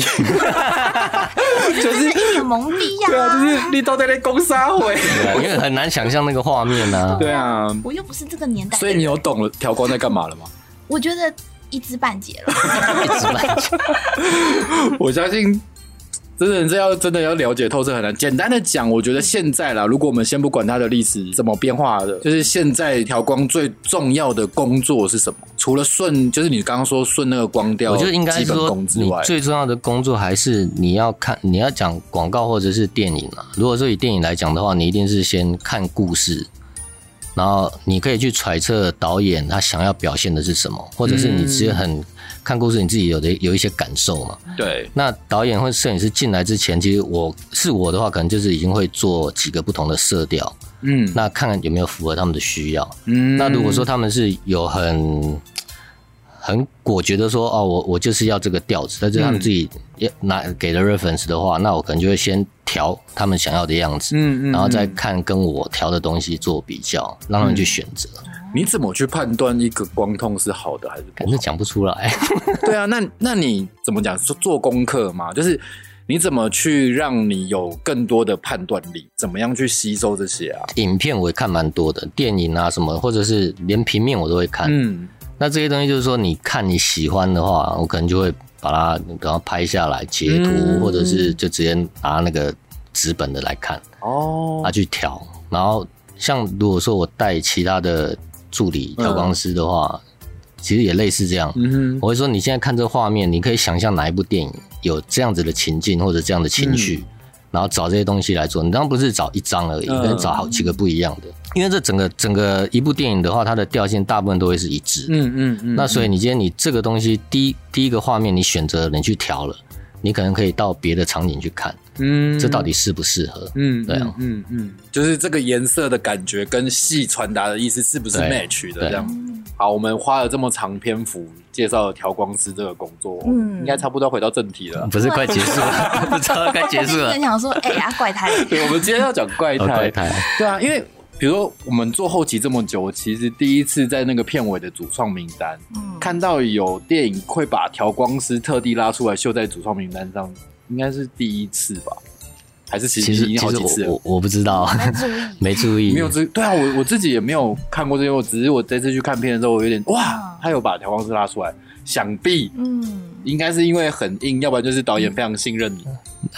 [SPEAKER 1] 就是
[SPEAKER 3] 一脸懵逼
[SPEAKER 1] [LAUGHS] 对啊，
[SPEAKER 3] 呀。
[SPEAKER 1] 就是你到底在攻杀回？
[SPEAKER 2] 啊因为很难想象那个画面啊。
[SPEAKER 1] 对啊，
[SPEAKER 3] 我又不是这个年代的
[SPEAKER 1] 所
[SPEAKER 3] 人，
[SPEAKER 1] 以你有懂了调光在干嘛了吗？
[SPEAKER 3] 我觉得一知半解
[SPEAKER 1] [LAUGHS]
[SPEAKER 3] 了。
[SPEAKER 1] 我相信。真的，这要真的要了解透彻很难。简单的讲，我觉得现在啦，如果我们先不管它的历史怎么变化的，就是现在调光最重要的工作是什么？除了顺，就是你刚刚说顺那个光调，
[SPEAKER 2] 我觉得应该
[SPEAKER 1] 基本
[SPEAKER 2] 说
[SPEAKER 1] 功，之
[SPEAKER 2] 你
[SPEAKER 1] 外，
[SPEAKER 2] 最重要的工作还是你要看，你要讲广告或者是电影啊。如果说以电影来讲的话，你一定是先看故事，然后你可以去揣测导演他想要表现的是什么，或者是你直
[SPEAKER 1] 嗯
[SPEAKER 2] 接很、看故事，你自己有的有一些感受嘛。
[SPEAKER 1] 对，
[SPEAKER 2] 那导演或摄影师进来之前，其实我是我的话，可能就是已经会做几个不同的色调，
[SPEAKER 1] 嗯
[SPEAKER 2] 那看看有没有符合他们的需要。
[SPEAKER 1] 嗯
[SPEAKER 2] 那如果说他们是有很很果决的说哦，我我就是要这个调子，但是他们自己
[SPEAKER 1] 嗯
[SPEAKER 2] 也拿给的 reference 的话，那我可能就会先调他们想要的样子，
[SPEAKER 1] 嗯
[SPEAKER 2] 然后再
[SPEAKER 1] 嗯
[SPEAKER 2] 看跟我调的东西做比较，让他们去选择。
[SPEAKER 1] 你怎么去判断一个光痛是好的还是不
[SPEAKER 2] 反
[SPEAKER 1] 好
[SPEAKER 2] 正？哎讲不出来， [LAUGHS]
[SPEAKER 1] [LAUGHS] 对啊，那那你怎么讲？做做功课嘛，就是你怎么去让你有更多的判断力？怎么样去吸收这些啊？
[SPEAKER 2] 影片我也看蛮多的，电影啊什么，或者是连平面我都会看。
[SPEAKER 1] 嗯，
[SPEAKER 2] 那这些东西就是说，你看你喜欢的话，我可能就会把它然后拍下来截图，
[SPEAKER 1] 嗯
[SPEAKER 2] 或者是就直接拿那个纸本的来看。
[SPEAKER 1] 哦
[SPEAKER 2] 他去调。然后像如果说我带其他的助理调光师的话，其实也类似这样。
[SPEAKER 1] 嗯嗯哼，
[SPEAKER 2] 我会说，你现在看这画面，你可以想象哪一部电影有这样子的情境或者这样的情绪，然后找这些东西来做。你当然不是找一张而已，
[SPEAKER 1] 嗯
[SPEAKER 2] 可能找好几个不一样的。因为这整个整个一部电影的话，它的调性大部分都会是一致的。
[SPEAKER 1] 嗯嗯嗯
[SPEAKER 2] 那所以你今天你这个东西，第一第一个画面你选择了你去调了，你可能可以到别的场景去看，
[SPEAKER 1] 嗯
[SPEAKER 2] 这到底适不适合？
[SPEAKER 1] 嗯，
[SPEAKER 2] 对啊
[SPEAKER 1] 嗯嗯嗯，就是这个颜色的感觉跟戏传达的意思是不是
[SPEAKER 2] 对
[SPEAKER 1] match 的
[SPEAKER 2] 对
[SPEAKER 1] 这样？好，我们花了这么长篇幅介绍了调光师这个工作，
[SPEAKER 3] 嗯
[SPEAKER 1] 应该差不多要回到正题了。啊
[SPEAKER 2] 不是快结束了，不知道该结束了
[SPEAKER 3] 很。想说，哎呀，怪胎，
[SPEAKER 1] [LAUGHS] 对，我们今天要讲怪
[SPEAKER 2] 哦
[SPEAKER 1] 胎，
[SPEAKER 2] 胎，
[SPEAKER 1] 对啊，因为比如说我们做后期这么久，其实第一次在那个片尾的主创名单，
[SPEAKER 3] 嗯，
[SPEAKER 1] 看到有电影会把调光师特地拉出来秀在主创名单上，应该是第一次吧？还是其
[SPEAKER 2] 其
[SPEAKER 1] 实
[SPEAKER 2] 实
[SPEAKER 1] 已
[SPEAKER 2] 其
[SPEAKER 1] 经好
[SPEAKER 2] 实
[SPEAKER 1] 几次了
[SPEAKER 2] 我？我我不知道，
[SPEAKER 3] 没注
[SPEAKER 1] [LAUGHS]
[SPEAKER 2] 没
[SPEAKER 3] 意，
[SPEAKER 2] 注意
[SPEAKER 1] 没。有这对啊，我我自己也没有看过这些，我只是我这次去看片的时候，我有点哇
[SPEAKER 3] 嗯，
[SPEAKER 1] 他有把调光师拉出来，想必
[SPEAKER 3] 嗯，
[SPEAKER 1] 应该是因为很硬，要不然就是导演非常信
[SPEAKER 3] [LAUGHS]
[SPEAKER 1] 任你。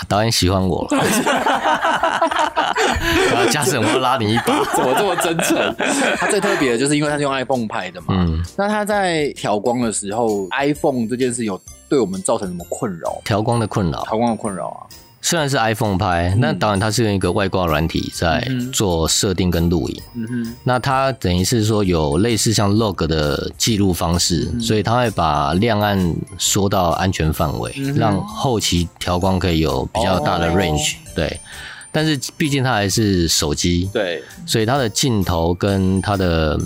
[SPEAKER 2] 导演喜欢我了，然后加我要拉你一把。
[SPEAKER 1] 怎么这么真诚？他最特别的就是因为他是用 iPhone 拍的嘛。
[SPEAKER 2] 嗯，
[SPEAKER 1] 那他在调光的时候，iPhone 这件事有对我们造成什么困扰？
[SPEAKER 2] 调光的困扰
[SPEAKER 1] 调光的困扰啊，
[SPEAKER 2] 虽然是 iPhone 拍，那当然它是用一个外挂软体在
[SPEAKER 1] 嗯哼
[SPEAKER 2] 做设定跟录影。
[SPEAKER 1] 嗯哼，
[SPEAKER 2] 那它等于是说有类似像 log 的记录方式，
[SPEAKER 1] 嗯
[SPEAKER 2] 所以它会把亮暗缩到安全范围，
[SPEAKER 1] 嗯哼
[SPEAKER 2] 让后期调光可以有比较大的
[SPEAKER 1] 哦
[SPEAKER 2] range、对，但是毕竟它还是手机，
[SPEAKER 1] 对，
[SPEAKER 2] 所以它的镜头跟它的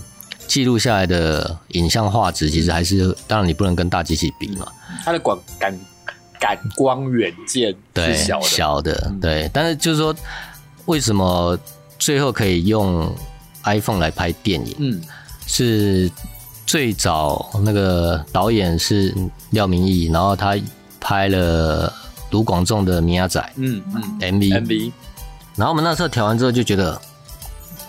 [SPEAKER 2] 记录下来的影像画质，其实还是当然你不能跟大机器比嘛，
[SPEAKER 1] 他的感感感光元件
[SPEAKER 2] 对，
[SPEAKER 1] 是小的，嗯
[SPEAKER 2] 对。但是就是说，为什么最后可以用 iPhone 来拍电影？
[SPEAKER 1] 嗯
[SPEAKER 2] 是最早那个导演是廖明义，然后他拍了卢广仲的《米亚仔
[SPEAKER 1] 嗯嗯》
[SPEAKER 2] MV，,
[SPEAKER 1] ，MV，
[SPEAKER 2] 然后我们那时候调完之后就觉得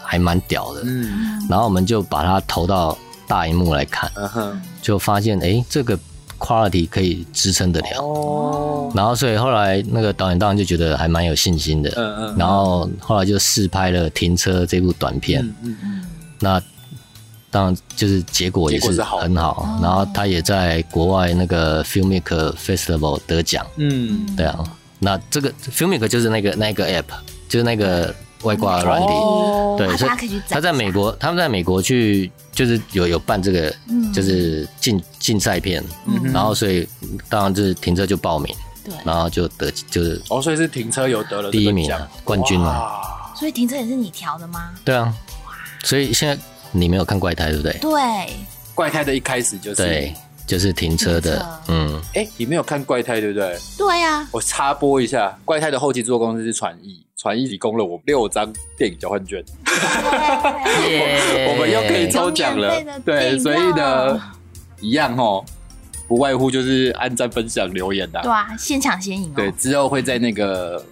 [SPEAKER 2] 还蛮屌的，
[SPEAKER 1] 嗯
[SPEAKER 2] 然后我们就把它投到大荧幕来看，
[SPEAKER 1] 嗯哼，
[SPEAKER 2] 就发现诶这个 quality 可以支撑得了。
[SPEAKER 1] 哦，
[SPEAKER 2] 然后，所以后来那个导演当然就觉得还蛮有信心的，
[SPEAKER 1] 嗯嗯，
[SPEAKER 2] 然后后来就试拍了《停车》这部短片，
[SPEAKER 1] 嗯嗯
[SPEAKER 2] 那当然就是结果也
[SPEAKER 1] 结果是
[SPEAKER 2] 是
[SPEAKER 1] 好的
[SPEAKER 2] 很好，
[SPEAKER 3] 哦
[SPEAKER 2] 然后他也在国外那个 Filmic Festival 得奖，
[SPEAKER 1] 嗯，
[SPEAKER 2] 对啊，那这个 Filmic 就是那个那个 app，就是那个外挂软体，
[SPEAKER 1] 哦
[SPEAKER 2] 对，
[SPEAKER 3] 啊
[SPEAKER 2] 所
[SPEAKER 3] 大家可以去找
[SPEAKER 2] 他在美国，他们在美国去就是有有办这个
[SPEAKER 3] 嗯
[SPEAKER 2] 就是竞竞赛片，
[SPEAKER 1] 嗯哼
[SPEAKER 2] 然后所以当然就是停车就报名，
[SPEAKER 3] 对，
[SPEAKER 2] 然后就得就是
[SPEAKER 1] 哦，所以是停车有得了这个
[SPEAKER 2] 第一名啊
[SPEAKER 1] 奖
[SPEAKER 2] 冠军啊
[SPEAKER 1] 哇
[SPEAKER 3] 所以停车也是你调的吗？
[SPEAKER 2] 对啊，所以现在你没有看怪胎对不对？
[SPEAKER 3] 对，
[SPEAKER 1] 怪胎的一开始就是，
[SPEAKER 2] 对，就是停车的
[SPEAKER 3] 停车，
[SPEAKER 2] 嗯。
[SPEAKER 1] 哎，你没有看怪胎对不对？
[SPEAKER 3] 对呀，
[SPEAKER 1] 我插播一下，怪胎的后期制作公司是传艺，传艺提供了我六张电影交换券，
[SPEAKER 3] 对
[SPEAKER 1] [LAUGHS]
[SPEAKER 2] 哎
[SPEAKER 1] 我们又可以
[SPEAKER 3] 做
[SPEAKER 1] 抽奖了
[SPEAKER 3] 有免费的。电
[SPEAKER 1] 对，
[SPEAKER 3] 影
[SPEAKER 1] 所
[SPEAKER 3] 票
[SPEAKER 1] 以呢，一样哦，不外乎就是按赞、分享、留言的、
[SPEAKER 3] 对啊，先抢先赢哦。
[SPEAKER 1] 对，之后会在那个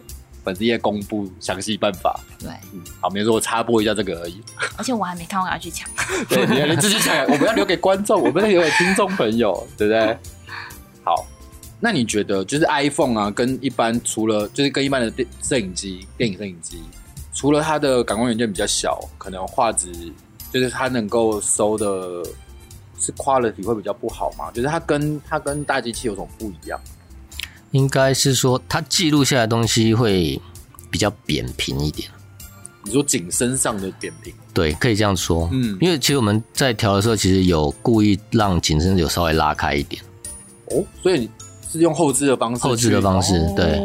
[SPEAKER 1] 粉丝页公布详细办法。
[SPEAKER 3] 对，
[SPEAKER 1] 嗯，好，没事，我插播一下这个而已。
[SPEAKER 3] 而且我还没看，我要去抢。
[SPEAKER 1] [LAUGHS] 对，你你自己想，我们要留给观众，我们要留给听众朋友，对不对？好，那你觉得就是 iPhone 啊，跟一般除了就是跟一般的电摄影机、电影摄影机，除了它的感光元件比较小，可能画质就是它能够收的是 quality 会比较不好嘛？就是它跟它跟大机器有什么不一样？
[SPEAKER 2] 应该是说它记录下来的东西会比较扁平一点，
[SPEAKER 1] 你说景深上的扁平，
[SPEAKER 2] 对，可以这样说。
[SPEAKER 1] 嗯
[SPEAKER 2] 因为其实我们在调的时候，其实有故意让景深有稍微拉开一点，
[SPEAKER 1] 哦，所以你是用后置的方式去，
[SPEAKER 2] 后置的方式
[SPEAKER 1] 哦
[SPEAKER 2] 对，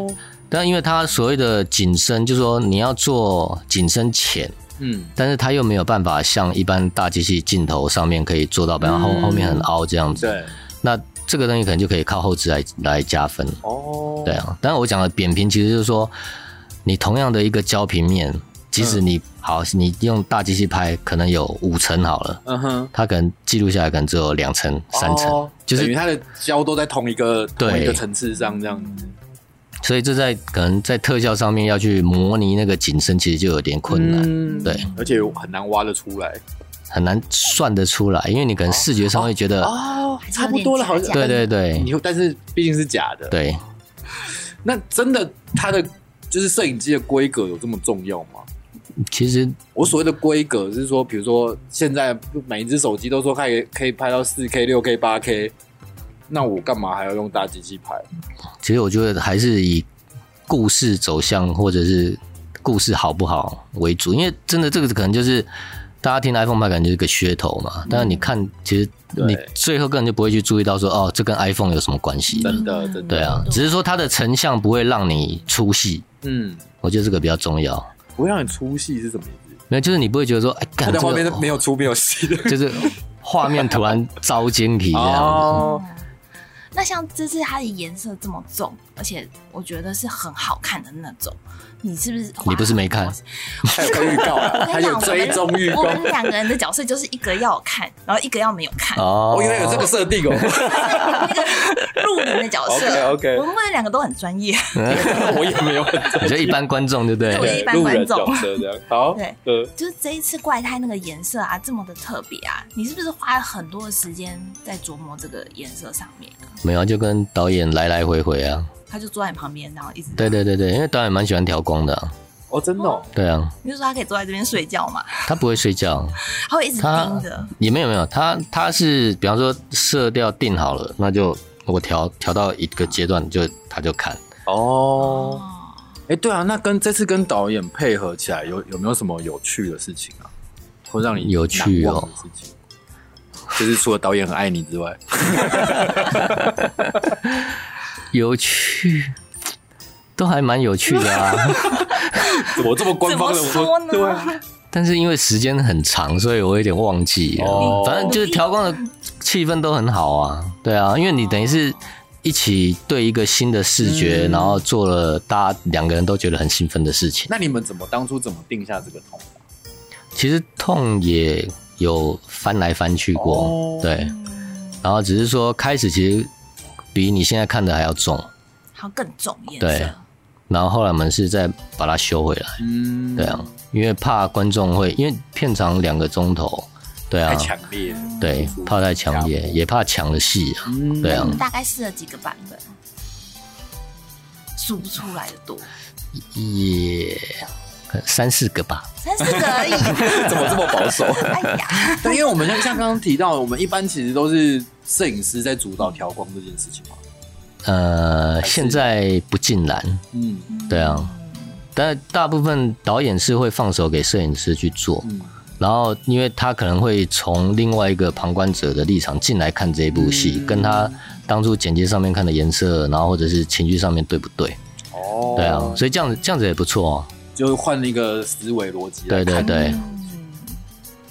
[SPEAKER 2] 但因为它所谓的景深，就是说你要做景深浅，
[SPEAKER 1] 嗯，
[SPEAKER 2] 但是它又没有办法像一般大机器镜头上面可以做到，比方后、
[SPEAKER 1] 嗯
[SPEAKER 2] 后面很凹这样子。
[SPEAKER 1] 对，
[SPEAKER 2] 那这个东西可能就可以靠后置来来加分。
[SPEAKER 1] 哦，
[SPEAKER 2] 对啊，但我讲的扁平其实就是说，你同样的一个焦平面，即使你、好，你用大机器拍，可能有五层好了，
[SPEAKER 1] 嗯哼。
[SPEAKER 2] 它可能记录下来可能只有两层、三层，
[SPEAKER 1] 哦
[SPEAKER 2] 就是
[SPEAKER 1] 等于它的胶都在同一个
[SPEAKER 2] 对
[SPEAKER 1] 同一个层次上这样子。
[SPEAKER 3] 嗯
[SPEAKER 2] 所以这在可能在特效上面要去模拟那个景深，其实就有点困难，
[SPEAKER 1] 嗯
[SPEAKER 2] 对，
[SPEAKER 1] 而且很难挖得出来。
[SPEAKER 2] 很难算得出来，因为你可能视觉上会觉得，
[SPEAKER 1] 哦
[SPEAKER 3] 还是
[SPEAKER 1] 差
[SPEAKER 3] 有
[SPEAKER 1] 不多了，
[SPEAKER 3] 点
[SPEAKER 1] 好
[SPEAKER 3] 假
[SPEAKER 1] 像
[SPEAKER 2] 对对对
[SPEAKER 1] 你但是毕竟是假的。，
[SPEAKER 2] 对，
[SPEAKER 1] 那真的它的就是摄影机的规格有这么重要吗？
[SPEAKER 2] 其实
[SPEAKER 1] 我所谓的规格是说，比如说现在每一只手机都说可以可以拍到四 K、六 K、八 K，那我干嘛还要用大机器拍？
[SPEAKER 2] 其实我觉得还是以故事走向或者是故事好不好为主，因为真的这个可能就是大家听 iPhone 拍感觉就是个噱头
[SPEAKER 1] 嗯
[SPEAKER 2] 嘛，但是你看，其实你
[SPEAKER 1] 对
[SPEAKER 2] 最后根本就不会去注意到说，哦，这跟 iPhone 有什么关系？
[SPEAKER 1] 真的
[SPEAKER 3] 嗯
[SPEAKER 1] 真的
[SPEAKER 2] 对啊，只是说它的成像不会让你出戏，
[SPEAKER 1] 嗯，
[SPEAKER 2] 我觉得这个比较重要。
[SPEAKER 1] 不会让你出戏是什么意思？
[SPEAKER 2] 没有，就是你不会觉得说，哎，
[SPEAKER 1] 它
[SPEAKER 2] 干
[SPEAKER 1] 的
[SPEAKER 2] 这
[SPEAKER 1] 画
[SPEAKER 2] 个
[SPEAKER 1] 面是
[SPEAKER 2] 哦
[SPEAKER 1] 没有出没有戏的。
[SPEAKER 2] [LAUGHS] 就是画面突然遭惊体这样子。
[SPEAKER 1] [LAUGHS] 哦，
[SPEAKER 3] 那像这次它的颜色这么重，而且我觉得是很好看的那种，你是不是花？
[SPEAKER 2] 你不是没看
[SPEAKER 1] 还有看预告啊，
[SPEAKER 3] 我
[SPEAKER 1] 还
[SPEAKER 3] 跟你讲
[SPEAKER 1] 有追踪预
[SPEAKER 3] 我
[SPEAKER 1] 告
[SPEAKER 3] 们。我们两个人的角色就是一个要有看，然后一个要没有看，
[SPEAKER 2] 哦
[SPEAKER 1] 哦，原来有这个设定
[SPEAKER 3] [LAUGHS]
[SPEAKER 1] 哦，
[SPEAKER 3] 那个路人的角色。
[SPEAKER 1] OK，OK
[SPEAKER 3] 啊我们问两个都很专业，
[SPEAKER 1] [LAUGHS] 我也没有很
[SPEAKER 2] 你说一般观众对不
[SPEAKER 3] 对我
[SPEAKER 2] 对？
[SPEAKER 3] 一般
[SPEAKER 1] 路
[SPEAKER 3] 观
[SPEAKER 1] 人
[SPEAKER 3] 众
[SPEAKER 1] 角色这样。好，
[SPEAKER 3] 对
[SPEAKER 1] 呃，
[SPEAKER 3] 就是这一次怪胎那个颜色啊，这么的特别啊，你是不是花了很多的时间在琢磨这个颜色上面啊？
[SPEAKER 2] 没有，就跟导演来来回回啊。
[SPEAKER 3] 他就坐在你旁边，然后一直
[SPEAKER 2] 对，对对对，因为导演蛮喜欢调光的啊、
[SPEAKER 1] 哦，真的哦，
[SPEAKER 2] 对啊，
[SPEAKER 3] 你就说他可以坐在这边睡觉嘛，
[SPEAKER 2] 他不会睡觉，
[SPEAKER 3] 他会一直盯着，
[SPEAKER 2] 也没有没有，他他是比方说色调定好了，那就我调调到一个阶段就他就看。
[SPEAKER 1] 哦，
[SPEAKER 3] 哦，
[SPEAKER 1] 哎，对啊，那跟这次跟导演配合起来，有有没有什么有趣的事情啊？或让你
[SPEAKER 2] 有趣
[SPEAKER 1] 难
[SPEAKER 2] 哦
[SPEAKER 1] 忘的事情？就是除了导演很爱你之外，
[SPEAKER 2] 有趣，都还蛮有趣的啊。
[SPEAKER 1] 怎么这么官
[SPEAKER 3] 怎么
[SPEAKER 1] 方的？
[SPEAKER 3] 说
[SPEAKER 1] 我
[SPEAKER 3] 呢？
[SPEAKER 1] 对啊，
[SPEAKER 2] [LAUGHS] 但是因为时间很长，所以我有点忘记了。
[SPEAKER 1] 哦
[SPEAKER 2] 反正就是调光的气氛都很好啊，对啊，因为你等于是一起对一个新的视觉，
[SPEAKER 1] 嗯
[SPEAKER 2] 然后做了大家两个人都觉得很兴奋的事情。
[SPEAKER 1] 那你们怎么当初怎么定下这个痛？
[SPEAKER 2] 其实痛也有翻来翻去过，
[SPEAKER 1] 哦
[SPEAKER 2] 对，然后只是说开始其实比你现在看的还要重，
[SPEAKER 3] 好像更重颜
[SPEAKER 2] 对
[SPEAKER 3] 色，
[SPEAKER 2] 然后后来我们是再把它修回来，
[SPEAKER 1] 嗯，
[SPEAKER 2] 对啊，因为怕观众会，因为片长两个钟头，对啊
[SPEAKER 1] 太，强嗯烈了，
[SPEAKER 2] 对，怕太强烈，也怕抢了戏啊。
[SPEAKER 1] 嗯
[SPEAKER 2] 对啊
[SPEAKER 3] 你大概试了几个版本，数不出来的多，
[SPEAKER 2] 也三四个吧。
[SPEAKER 3] 三四个而已。
[SPEAKER 1] 怎么这么保守？
[SPEAKER 3] 哎呀，
[SPEAKER 1] 对，因为我们像像刚刚提到，我们一般其实都是摄影师在主导调光这件事情嘛。
[SPEAKER 2] 呃，
[SPEAKER 1] 还是
[SPEAKER 2] 现在不尽然，
[SPEAKER 1] 嗯
[SPEAKER 2] 对啊，但大部分导演是会放手给摄影师去做，
[SPEAKER 1] 嗯，
[SPEAKER 2] 然后因为他可能会从另外一个旁观者的立场进来看这部戏，
[SPEAKER 1] 嗯
[SPEAKER 2] 跟他当初简介上面看的颜色，然后或者是情绪上面对不对？
[SPEAKER 1] 哦
[SPEAKER 2] 对啊，所以这样子这样子也不错哦。
[SPEAKER 1] 就换了一个思维逻辑。啊
[SPEAKER 2] 对对，对，
[SPEAKER 3] 嗯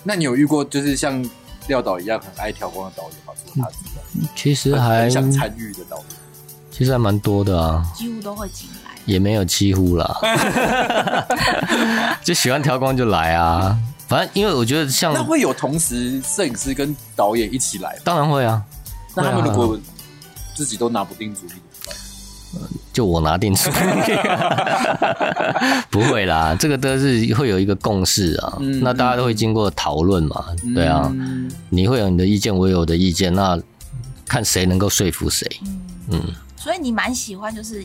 [SPEAKER 1] 那你有遇过就是像廖导一样很爱调光的导演吗？除了他之外，
[SPEAKER 2] 其实
[SPEAKER 1] 很
[SPEAKER 2] 嗯还
[SPEAKER 1] 很想参与的导演。
[SPEAKER 2] 其实还蛮多的啊。
[SPEAKER 3] 几乎都会进来。
[SPEAKER 2] 也没有几乎啦，
[SPEAKER 1] [LAUGHS]
[SPEAKER 2] 就喜欢调光就来啊。反正因为我觉得像
[SPEAKER 1] 那，会有同时摄影师跟导演一起来吗？
[SPEAKER 2] 当然会啊，
[SPEAKER 1] 那他们
[SPEAKER 2] 会
[SPEAKER 1] 如
[SPEAKER 2] 啊
[SPEAKER 1] 果自己都拿不定主意，
[SPEAKER 2] 就我拿定
[SPEAKER 1] [LAUGHS]
[SPEAKER 2] 主意，不会啦，这个都是会有一个共识啊。
[SPEAKER 1] 嗯
[SPEAKER 2] 那大家都会经过讨论嘛，对啊，
[SPEAKER 1] 嗯
[SPEAKER 2] 你会有你的意见，我也有我的意见，那看谁能够说服谁。嗯，
[SPEAKER 3] 所以你蛮喜欢，就是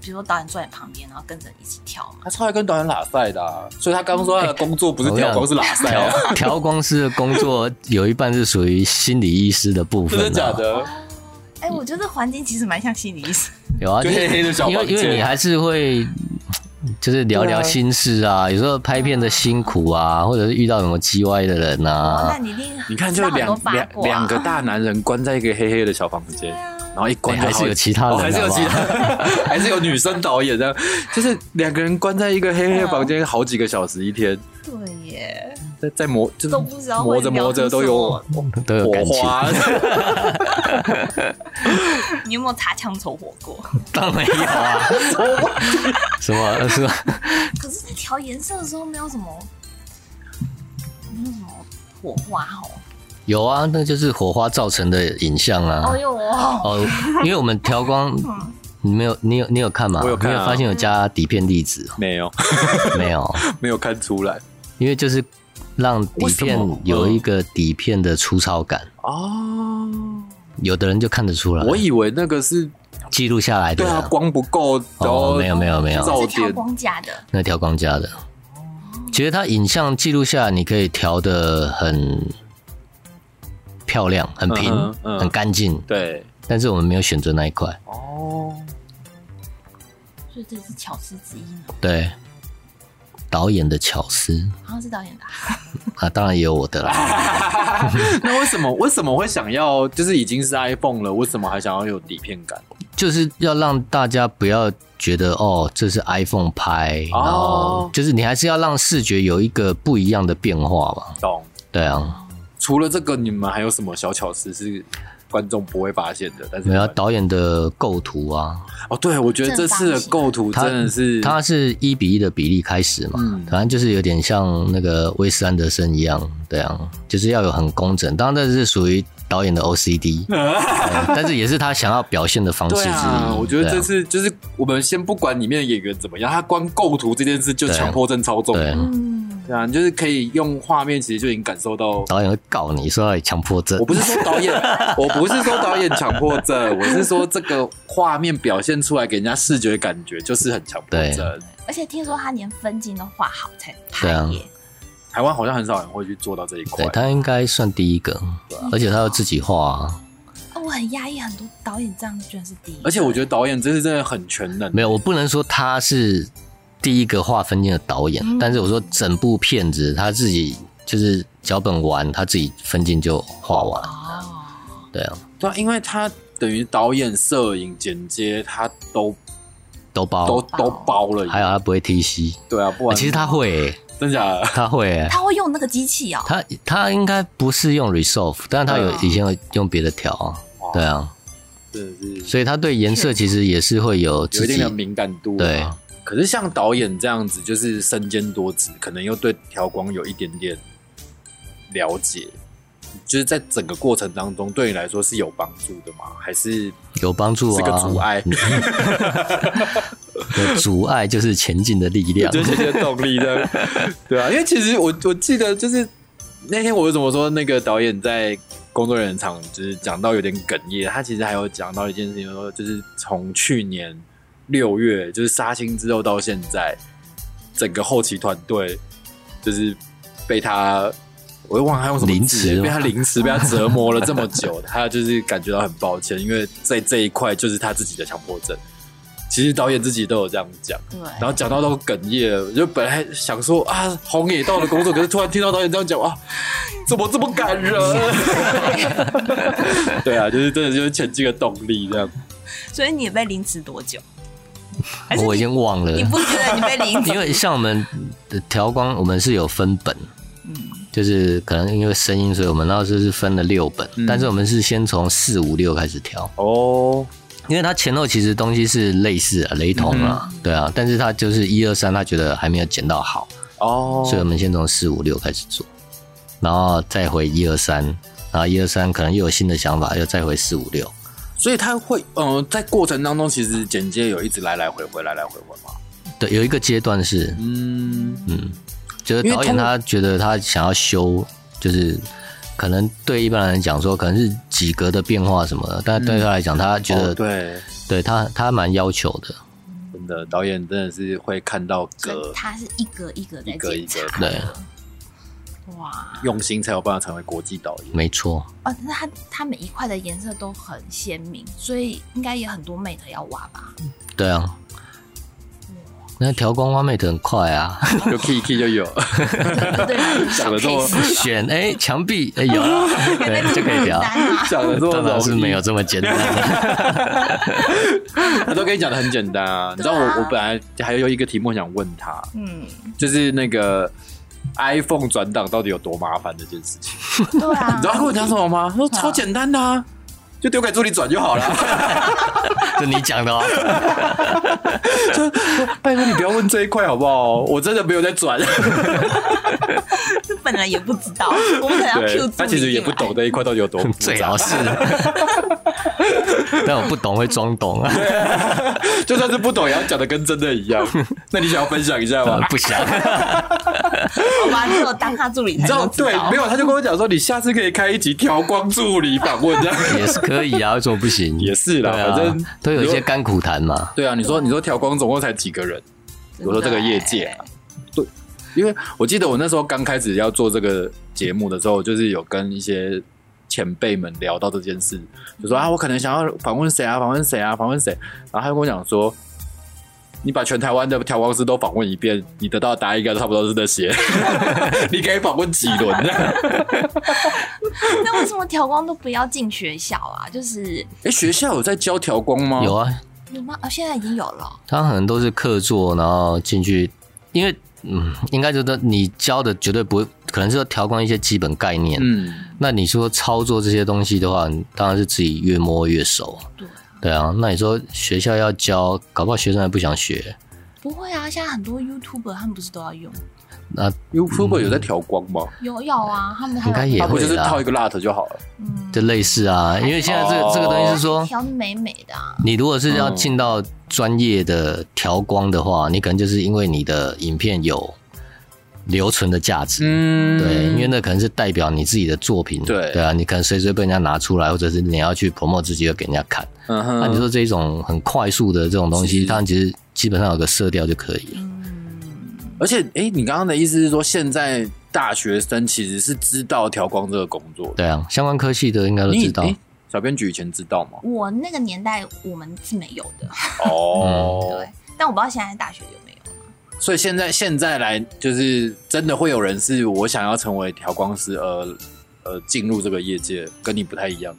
[SPEAKER 3] 比如说导演坐在你旁边，然后跟着一起跳嘛。
[SPEAKER 1] 他超爱跟导演拉赛的啊，所以他刚刚
[SPEAKER 2] 哎
[SPEAKER 1] 说他的工作不是调光，是拉赛啊。
[SPEAKER 2] 调调光师的工作有一半是属于心理医师的部
[SPEAKER 1] [LAUGHS]
[SPEAKER 2] 分、
[SPEAKER 1] 真的
[SPEAKER 2] 啊，
[SPEAKER 1] 假的？
[SPEAKER 3] 哎、我觉得这环境其实蛮像心理医生。
[SPEAKER 2] 有啊，
[SPEAKER 1] 就黑黑的小
[SPEAKER 2] 因为
[SPEAKER 1] 房间
[SPEAKER 2] 因为你还是会。就是聊聊心事啊，有时候拍片的辛苦啊，或者是遇到什么叽歪的人
[SPEAKER 3] 哦，
[SPEAKER 2] 啊
[SPEAKER 3] [LAUGHS] 那，你一定
[SPEAKER 1] 你看，
[SPEAKER 3] 知
[SPEAKER 1] 就
[SPEAKER 3] 道很
[SPEAKER 1] 两
[SPEAKER 3] 多啊八
[SPEAKER 1] 两
[SPEAKER 3] 卦
[SPEAKER 1] 两个大男人关在一个黑黑的小房间，
[SPEAKER 3] 啊
[SPEAKER 1] 然后一关就
[SPEAKER 2] 哎还是
[SPEAKER 1] 好
[SPEAKER 2] 有其他人
[SPEAKER 1] 哦还是有其他， [LAUGHS] 还是有女生导演这样，就是两个人关在一个黑黑的房间好几个小时一天，
[SPEAKER 3] 对耶，
[SPEAKER 1] 在在磨，就是
[SPEAKER 3] 都不知道会
[SPEAKER 1] 磨着磨着都有
[SPEAKER 3] 聊
[SPEAKER 2] 都有
[SPEAKER 1] 火啊
[SPEAKER 2] 感情。
[SPEAKER 1] 花，
[SPEAKER 3] 你有没有擦枪走火过？
[SPEAKER 2] 当然有啊， [LAUGHS] 什么呃什么
[SPEAKER 3] [LAUGHS] 可是，在调颜色的时候没有什么，没有什么火花哦。
[SPEAKER 2] 有啊，那就是火花造成的影像啊
[SPEAKER 3] 哎。呦哦，
[SPEAKER 2] 哦，因为我们调光，你没有，你有你有看吗？
[SPEAKER 1] 我有看啊
[SPEAKER 2] 你有发现有加底片粒子
[SPEAKER 1] [LAUGHS]
[SPEAKER 2] 哦
[SPEAKER 1] [LAUGHS] 没有
[SPEAKER 2] 没有？
[SPEAKER 1] 没有看出来
[SPEAKER 2] 因为就是让底
[SPEAKER 1] 为什么
[SPEAKER 2] 片有一个底片的粗糙感，
[SPEAKER 1] [LAUGHS] 哦，
[SPEAKER 2] 有的人就看得出来。
[SPEAKER 1] 我以为那个是
[SPEAKER 2] 记录下来的
[SPEAKER 1] 对啊，光不够，然
[SPEAKER 2] 哦，
[SPEAKER 1] 后
[SPEAKER 2] 没有没有没
[SPEAKER 1] 照
[SPEAKER 2] 有，
[SPEAKER 1] 哦
[SPEAKER 3] 是调光架的，
[SPEAKER 2] 那调光加的。其实它影像记录下来，你可以调的很漂亮、很平、
[SPEAKER 1] 嗯哼嗯
[SPEAKER 2] 很干净，
[SPEAKER 1] 对
[SPEAKER 2] 但是我们没有选择那一块。
[SPEAKER 1] 哦，
[SPEAKER 3] 所以这是巧思之一嘛。
[SPEAKER 2] 对，导演的巧思
[SPEAKER 3] 好像是导演的啊、
[SPEAKER 2] 啊，当然也有我的啦。
[SPEAKER 1] 那为什么为什么会想要就是已经是 iPhone 了，为什么还想要有底片感？
[SPEAKER 2] 就是要让大家不要觉得哦，这是 iPhone 拍，
[SPEAKER 1] 哦
[SPEAKER 2] 然后就是你还是要让视觉有一个不一样的变化嘛。
[SPEAKER 1] 懂？
[SPEAKER 2] 对啊，
[SPEAKER 1] 除了这个，你们还有什么小巧思是观众不会发现的？但是
[SPEAKER 2] 没有啊导演的构图啊，
[SPEAKER 1] 哦，对，我觉得这次的构图真的是
[SPEAKER 2] 它是一比一的比例开始嘛，
[SPEAKER 1] 嗯
[SPEAKER 2] 反正就是有点像那个威斯安德森一样，对啊，就是要有很工整。当然这是属于导演的
[SPEAKER 1] [LAUGHS]
[SPEAKER 2] OCD，、对但是也是他想要表现的方式
[SPEAKER 1] 对
[SPEAKER 2] 之一。
[SPEAKER 1] 啊，我觉得
[SPEAKER 2] 对
[SPEAKER 1] 这
[SPEAKER 2] 啊
[SPEAKER 1] 次就是我们先不管里面的演员怎么样，他光构图这件事就强迫症超重。
[SPEAKER 2] 对
[SPEAKER 3] 嗯，
[SPEAKER 1] 对啊，你就是可以用画面，其实就已经感受到。
[SPEAKER 2] 导演会告你说要强迫症
[SPEAKER 1] 我。不是说
[SPEAKER 2] [LAUGHS]
[SPEAKER 1] 导演，我不是说导演强迫症，我是说这个画面表现出来给人家视觉感觉就是很强迫症。
[SPEAKER 3] 而且听说他连分镜都画好才拍
[SPEAKER 2] 对啊
[SPEAKER 3] 耶，
[SPEAKER 1] 台湾好像很少人会去做到这一块
[SPEAKER 2] 对。他应该算第一个，而且他要自己画、啊。
[SPEAKER 3] 哦，我很压抑，很多导演这样居然是第一，
[SPEAKER 1] 而且我觉得导演真是真的很全能，
[SPEAKER 2] 没有，我不能说他是第一个画分镜的导演，
[SPEAKER 3] 嗯
[SPEAKER 2] 但是我说整部片子他自己就是脚本完，他自己分镜就画完。
[SPEAKER 3] 哦，
[SPEAKER 2] 对啊，
[SPEAKER 1] 对啊，因为他等于导演、摄影、剪接，他都
[SPEAKER 2] 都包，
[SPEAKER 1] 都都包了。
[SPEAKER 2] 还有他不会 T C，、
[SPEAKER 1] 对啊，不然
[SPEAKER 2] 其实他会欸、
[SPEAKER 1] 真假的
[SPEAKER 2] 他会欸、
[SPEAKER 3] 他会用那个机器哦，
[SPEAKER 2] 他他应该不是用 Resolve，但是他有
[SPEAKER 3] 嗯
[SPEAKER 2] 以前有用别的调啊，
[SPEAKER 1] 哇
[SPEAKER 2] 对啊，
[SPEAKER 1] 真的是
[SPEAKER 2] 所以他对颜色其实也是会有
[SPEAKER 1] 有
[SPEAKER 2] 自
[SPEAKER 1] 一定
[SPEAKER 2] 己
[SPEAKER 1] 的敏感度、啊。
[SPEAKER 2] 对，
[SPEAKER 1] 可是像导演这样子，就是身兼多职，可能又对调光有一点点了解，就是在整个过程当中，对你来说是有帮助的吗？还是
[SPEAKER 2] 有帮助
[SPEAKER 1] 是个
[SPEAKER 2] 啊，
[SPEAKER 1] 阻碍？
[SPEAKER 2] 有 [LAUGHS] 阻碍就是前进的力量，
[SPEAKER 1] 就是一些动力
[SPEAKER 2] [LAUGHS]
[SPEAKER 1] 的，对啊，因为其实我我记得就是那天我为什么说那个导演在工作人员场就是讲到有点哽咽，他其实还有讲到一件事情，说就是从去年六月就是杀青之后到现在，整个后期团队就是被他。我又忘了他用什么
[SPEAKER 2] 凌
[SPEAKER 1] 词
[SPEAKER 2] 迟
[SPEAKER 1] 被他
[SPEAKER 2] 吗
[SPEAKER 1] 凌迟，被他
[SPEAKER 2] [LAUGHS]
[SPEAKER 1] 折磨了这么久，他就是感觉到很抱歉，因为在这一块就是他自己的强迫症。其实导演自己都有这样讲，
[SPEAKER 3] 对，
[SPEAKER 1] 然后讲到都哽咽了，就本来想说啊，红野道的工作，可是突然听到导演这样讲啊，怎么这么感 [LAUGHS] 人？对啊，就是真的就是前进的动力这样。
[SPEAKER 3] 所以你也被凌迟
[SPEAKER 2] [LAUGHS]
[SPEAKER 3] 多久？还是
[SPEAKER 2] 我已
[SPEAKER 3] 你
[SPEAKER 2] 经忘了
[SPEAKER 3] 你，不觉得你被
[SPEAKER 1] [LAUGHS]
[SPEAKER 3] 凌迟？
[SPEAKER 2] 因为像我们的调光，我们是有分本，
[SPEAKER 3] 嗯，
[SPEAKER 2] 就是可能因为声音，所以我们那时候是分了六本，
[SPEAKER 1] 嗯
[SPEAKER 2] 但是我们是先从四五六开始调，
[SPEAKER 1] 哦，
[SPEAKER 2] 因为它前后其实东西是类似、啊、雷同啊，
[SPEAKER 3] 嗯
[SPEAKER 2] 对啊，但是他就是一二三，他觉得还没有剪到好，
[SPEAKER 1] 哦
[SPEAKER 2] 所以我们先从四五六开始做，然后再回一二三，然后一二三可能又有新的想法，又再回四五六，
[SPEAKER 1] 所以他会，嗯、在过程当中，其实剪接有一直来来回回，来来回回嘛。
[SPEAKER 2] 对，有一个阶段是，
[SPEAKER 1] 嗯，
[SPEAKER 2] 嗯，就是
[SPEAKER 1] 因为
[SPEAKER 2] 导演
[SPEAKER 1] 通
[SPEAKER 2] 他觉得他想要修，就是可能对一般人讲说可能是几格的变化什么的，
[SPEAKER 1] 嗯
[SPEAKER 2] 但对他来讲，他觉得、
[SPEAKER 1] 哦对，
[SPEAKER 2] 对他他蛮要求的，
[SPEAKER 1] 真的导演真的是会看到
[SPEAKER 3] 所以
[SPEAKER 1] 格，
[SPEAKER 3] 他是一格一格在
[SPEAKER 1] 一格一
[SPEAKER 3] 检
[SPEAKER 1] 格
[SPEAKER 3] 查，
[SPEAKER 2] 对，
[SPEAKER 3] 哇，
[SPEAKER 1] 用心才有办法成为国际导演。
[SPEAKER 2] 没错，
[SPEAKER 3] 哦，那它它每一块的颜色都很鲜明，所以应该也很多 mate 要挖
[SPEAKER 1] [LAUGHS]
[SPEAKER 3] 吧？
[SPEAKER 2] 对啊。那调光花妹的很快啊， [LAUGHS]
[SPEAKER 1] 就 key key 就有，
[SPEAKER 3] 对啊，
[SPEAKER 1] 讲得这么
[SPEAKER 3] 小 case
[SPEAKER 2] 选哎墙壁哎有
[SPEAKER 1] [LAUGHS]
[SPEAKER 2] 了，
[SPEAKER 3] 原来
[SPEAKER 2] 对就可以调
[SPEAKER 3] 很。难啊
[SPEAKER 1] 讲的这么
[SPEAKER 2] 当然
[SPEAKER 1] 容
[SPEAKER 2] 是
[SPEAKER 1] 易
[SPEAKER 2] 没有这么简单，
[SPEAKER 1] 他都跟你讲的很简单
[SPEAKER 3] [LAUGHS]
[SPEAKER 1] 啊，你知道我、
[SPEAKER 3] 对啊
[SPEAKER 1] 我本来还有一个题目想问他，
[SPEAKER 3] 嗯，
[SPEAKER 1] [LAUGHS] 就是那个 iPhone 转档到底有多麻烦这件事情，
[SPEAKER 3] [LAUGHS] 对啊，
[SPEAKER 1] 你知道他跟我讲什么吗？他
[SPEAKER 3] 嗯
[SPEAKER 1] 说超简单的啊，就丢给助理转就好
[SPEAKER 3] [LAUGHS]
[SPEAKER 1] 了。
[SPEAKER 2] [LAUGHS] 就你
[SPEAKER 1] [LAUGHS]
[SPEAKER 2] 讲的哦。
[SPEAKER 1] 拜托你不要问这一块好不好？我真的没有在
[SPEAKER 3] [LAUGHS]
[SPEAKER 1] 转，
[SPEAKER 3] 这本人也不知
[SPEAKER 1] [LAUGHS]
[SPEAKER 3] 道，我们可能要 Q
[SPEAKER 1] 对
[SPEAKER 3] 自，
[SPEAKER 1] 他其实也不懂这一块到底有多复杂
[SPEAKER 2] 最好 [LAUGHS] 是，但我不懂会装
[SPEAKER 1] [LAUGHS]
[SPEAKER 2] 懂啊，
[SPEAKER 1] 就算是不懂也要讲的跟真的一样。那你想要分享一下
[SPEAKER 2] [LAUGHS]
[SPEAKER 1] 吗？
[SPEAKER 2] 不想。
[SPEAKER 3] 好吧，只有当他助理才
[SPEAKER 1] 你知道
[SPEAKER 3] 能
[SPEAKER 1] 对，没
[SPEAKER 3] 有
[SPEAKER 1] 有他就跟我讲说，你下次可以开一集调光助理访问
[SPEAKER 3] [LAUGHS]
[SPEAKER 1] 这样。
[SPEAKER 2] [LAUGHS] 也是可以啊，为什么不行？
[SPEAKER 1] 也是啦
[SPEAKER 2] 对啊
[SPEAKER 1] 反正
[SPEAKER 2] 都有一些甘苦谈嘛。
[SPEAKER 1] 对啊，你说你说调光总共才几个人？我说这个业界啊因为我记得我那时候刚开始要做这个节目的时候，就是有跟一些前辈们聊到这件事，就说啊，我可能想要访问谁啊，访问谁啊，访问谁，然后他就跟我讲说，你把全台湾的调光师都访问一遍，你得到的答案应该差不多是这些。 [LAUGHS] 你可以访问几轮？ [LAUGHS]
[SPEAKER 3] 那为什么调光都不要进学校啊？就是
[SPEAKER 1] 哎，学校有在教调光吗？
[SPEAKER 2] 有啊，
[SPEAKER 3] 有吗？啊，现在已经有了。
[SPEAKER 2] 他可能都是客座，然后进去，因为嗯，应该觉得你教的绝对不会，可能是要调光一些基本概念。
[SPEAKER 1] 嗯，
[SPEAKER 2] 那你说操作这些东西的话，你当然是自己越摸越熟。
[SPEAKER 3] 对啊，
[SPEAKER 2] 对啊，那你说学校要教，搞不好学生还不想学。
[SPEAKER 3] 不会啊，现在很多 YouTuber 他们不是都要用？
[SPEAKER 2] 那
[SPEAKER 1] YouTuber 有在调光吗？
[SPEAKER 3] 有有啊，他们还
[SPEAKER 2] 应该嗯也
[SPEAKER 1] 他不
[SPEAKER 2] 会
[SPEAKER 1] 就是
[SPEAKER 2] 啦
[SPEAKER 1] 套一个 lat 就好了？
[SPEAKER 3] 嗯，
[SPEAKER 2] 就类似啊，因为现在这
[SPEAKER 1] 哦
[SPEAKER 2] 个这个东西是说，
[SPEAKER 3] 调的美美的啊。
[SPEAKER 2] 你如果是
[SPEAKER 1] 嗯
[SPEAKER 2] 要进到专业的调光的话，你可能就是因为你的影片有留存的价值。
[SPEAKER 1] 嗯
[SPEAKER 2] 对，因为那可能是代表你自己的作品，
[SPEAKER 1] 对
[SPEAKER 2] 对啊，你可能随随被人家拿出来，或者是你要去 promote 自己，要给人家看。
[SPEAKER 1] 嗯
[SPEAKER 2] 那、啊你
[SPEAKER 1] 哼，
[SPEAKER 2] 说这种很快速的这种东
[SPEAKER 1] 是
[SPEAKER 2] 西，它其实基本上有个色调就可以了。
[SPEAKER 3] 嗯，？
[SPEAKER 1] 而且哎，你刚刚的意思是说，现在大学生其实是知道调光这个工作的？
[SPEAKER 2] 对啊，相关科系的应该都
[SPEAKER 1] 你
[SPEAKER 2] 知道
[SPEAKER 1] 诶。小编举以前知道吗
[SPEAKER 2] [LAUGHS]
[SPEAKER 3] 我那个年代我们是没有的，
[SPEAKER 1] 哦
[SPEAKER 3] 对，。但我不知道现在大学有没有。
[SPEAKER 1] 所以现在现在来就是真的会有人是我想要成为调光师，呃呃，进入这个业界跟你不太一样，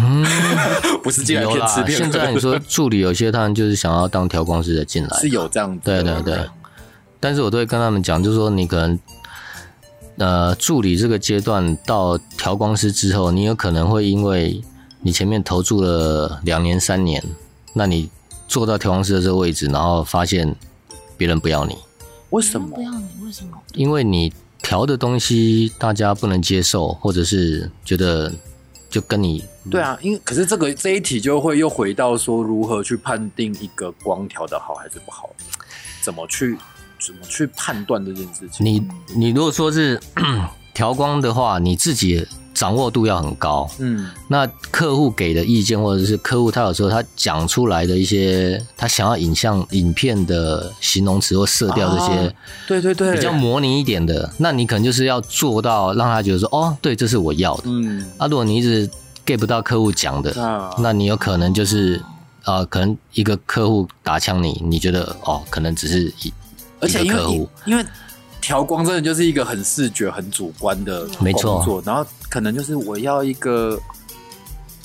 [SPEAKER 2] 嗯，
[SPEAKER 1] [LAUGHS] 不是进来
[SPEAKER 2] 有
[SPEAKER 1] 骗吃
[SPEAKER 2] 啦。
[SPEAKER 1] 骗喝
[SPEAKER 2] 现在你说助理有些他们就是想要当调光师的进来，
[SPEAKER 1] 是有这样子
[SPEAKER 2] 对
[SPEAKER 1] 的，
[SPEAKER 2] 对对，但是我都会跟他们讲，就是说你可能，呃，助理这个阶段到调光师之后，你有可能会因为你前面投注了两年三年，那你做到调光师的这个位置，然后发现别人不要你，
[SPEAKER 1] 为什么
[SPEAKER 3] 不？要你？为什么？
[SPEAKER 2] 因为你调的东西大家不能接受，或者是觉得就跟你
[SPEAKER 1] 对啊，因为可是这个这一题就会又回到说如何去判定一个光调的好还是不好，怎么去怎么去判断这件事情？
[SPEAKER 2] 你你如果说是 [CLEARS THROAT] 调光的话，你自己掌握度要很高，
[SPEAKER 1] 嗯
[SPEAKER 2] 那客户给的意见，或者是客户他有时候他讲出来的一些他想要影像影片的形容词或色调这些、
[SPEAKER 1] 啊对对对，
[SPEAKER 2] 比较模拟一点的，那你可能就是要做到让他觉得说，哦，对，这是我要的。
[SPEAKER 1] 嗯
[SPEAKER 2] 啊，如果你一直 get 不到客户讲的，
[SPEAKER 1] 啊
[SPEAKER 2] 那你有可能就是呃，可能一个客户打枪你，你觉得哦，可能只是一
[SPEAKER 1] 而且
[SPEAKER 2] 一
[SPEAKER 1] 因
[SPEAKER 2] 个
[SPEAKER 1] 为
[SPEAKER 2] 客户，
[SPEAKER 1] 因为调光真的就是一个很视觉、很主观的
[SPEAKER 2] 没错
[SPEAKER 1] 工作，然后可能就是我要一个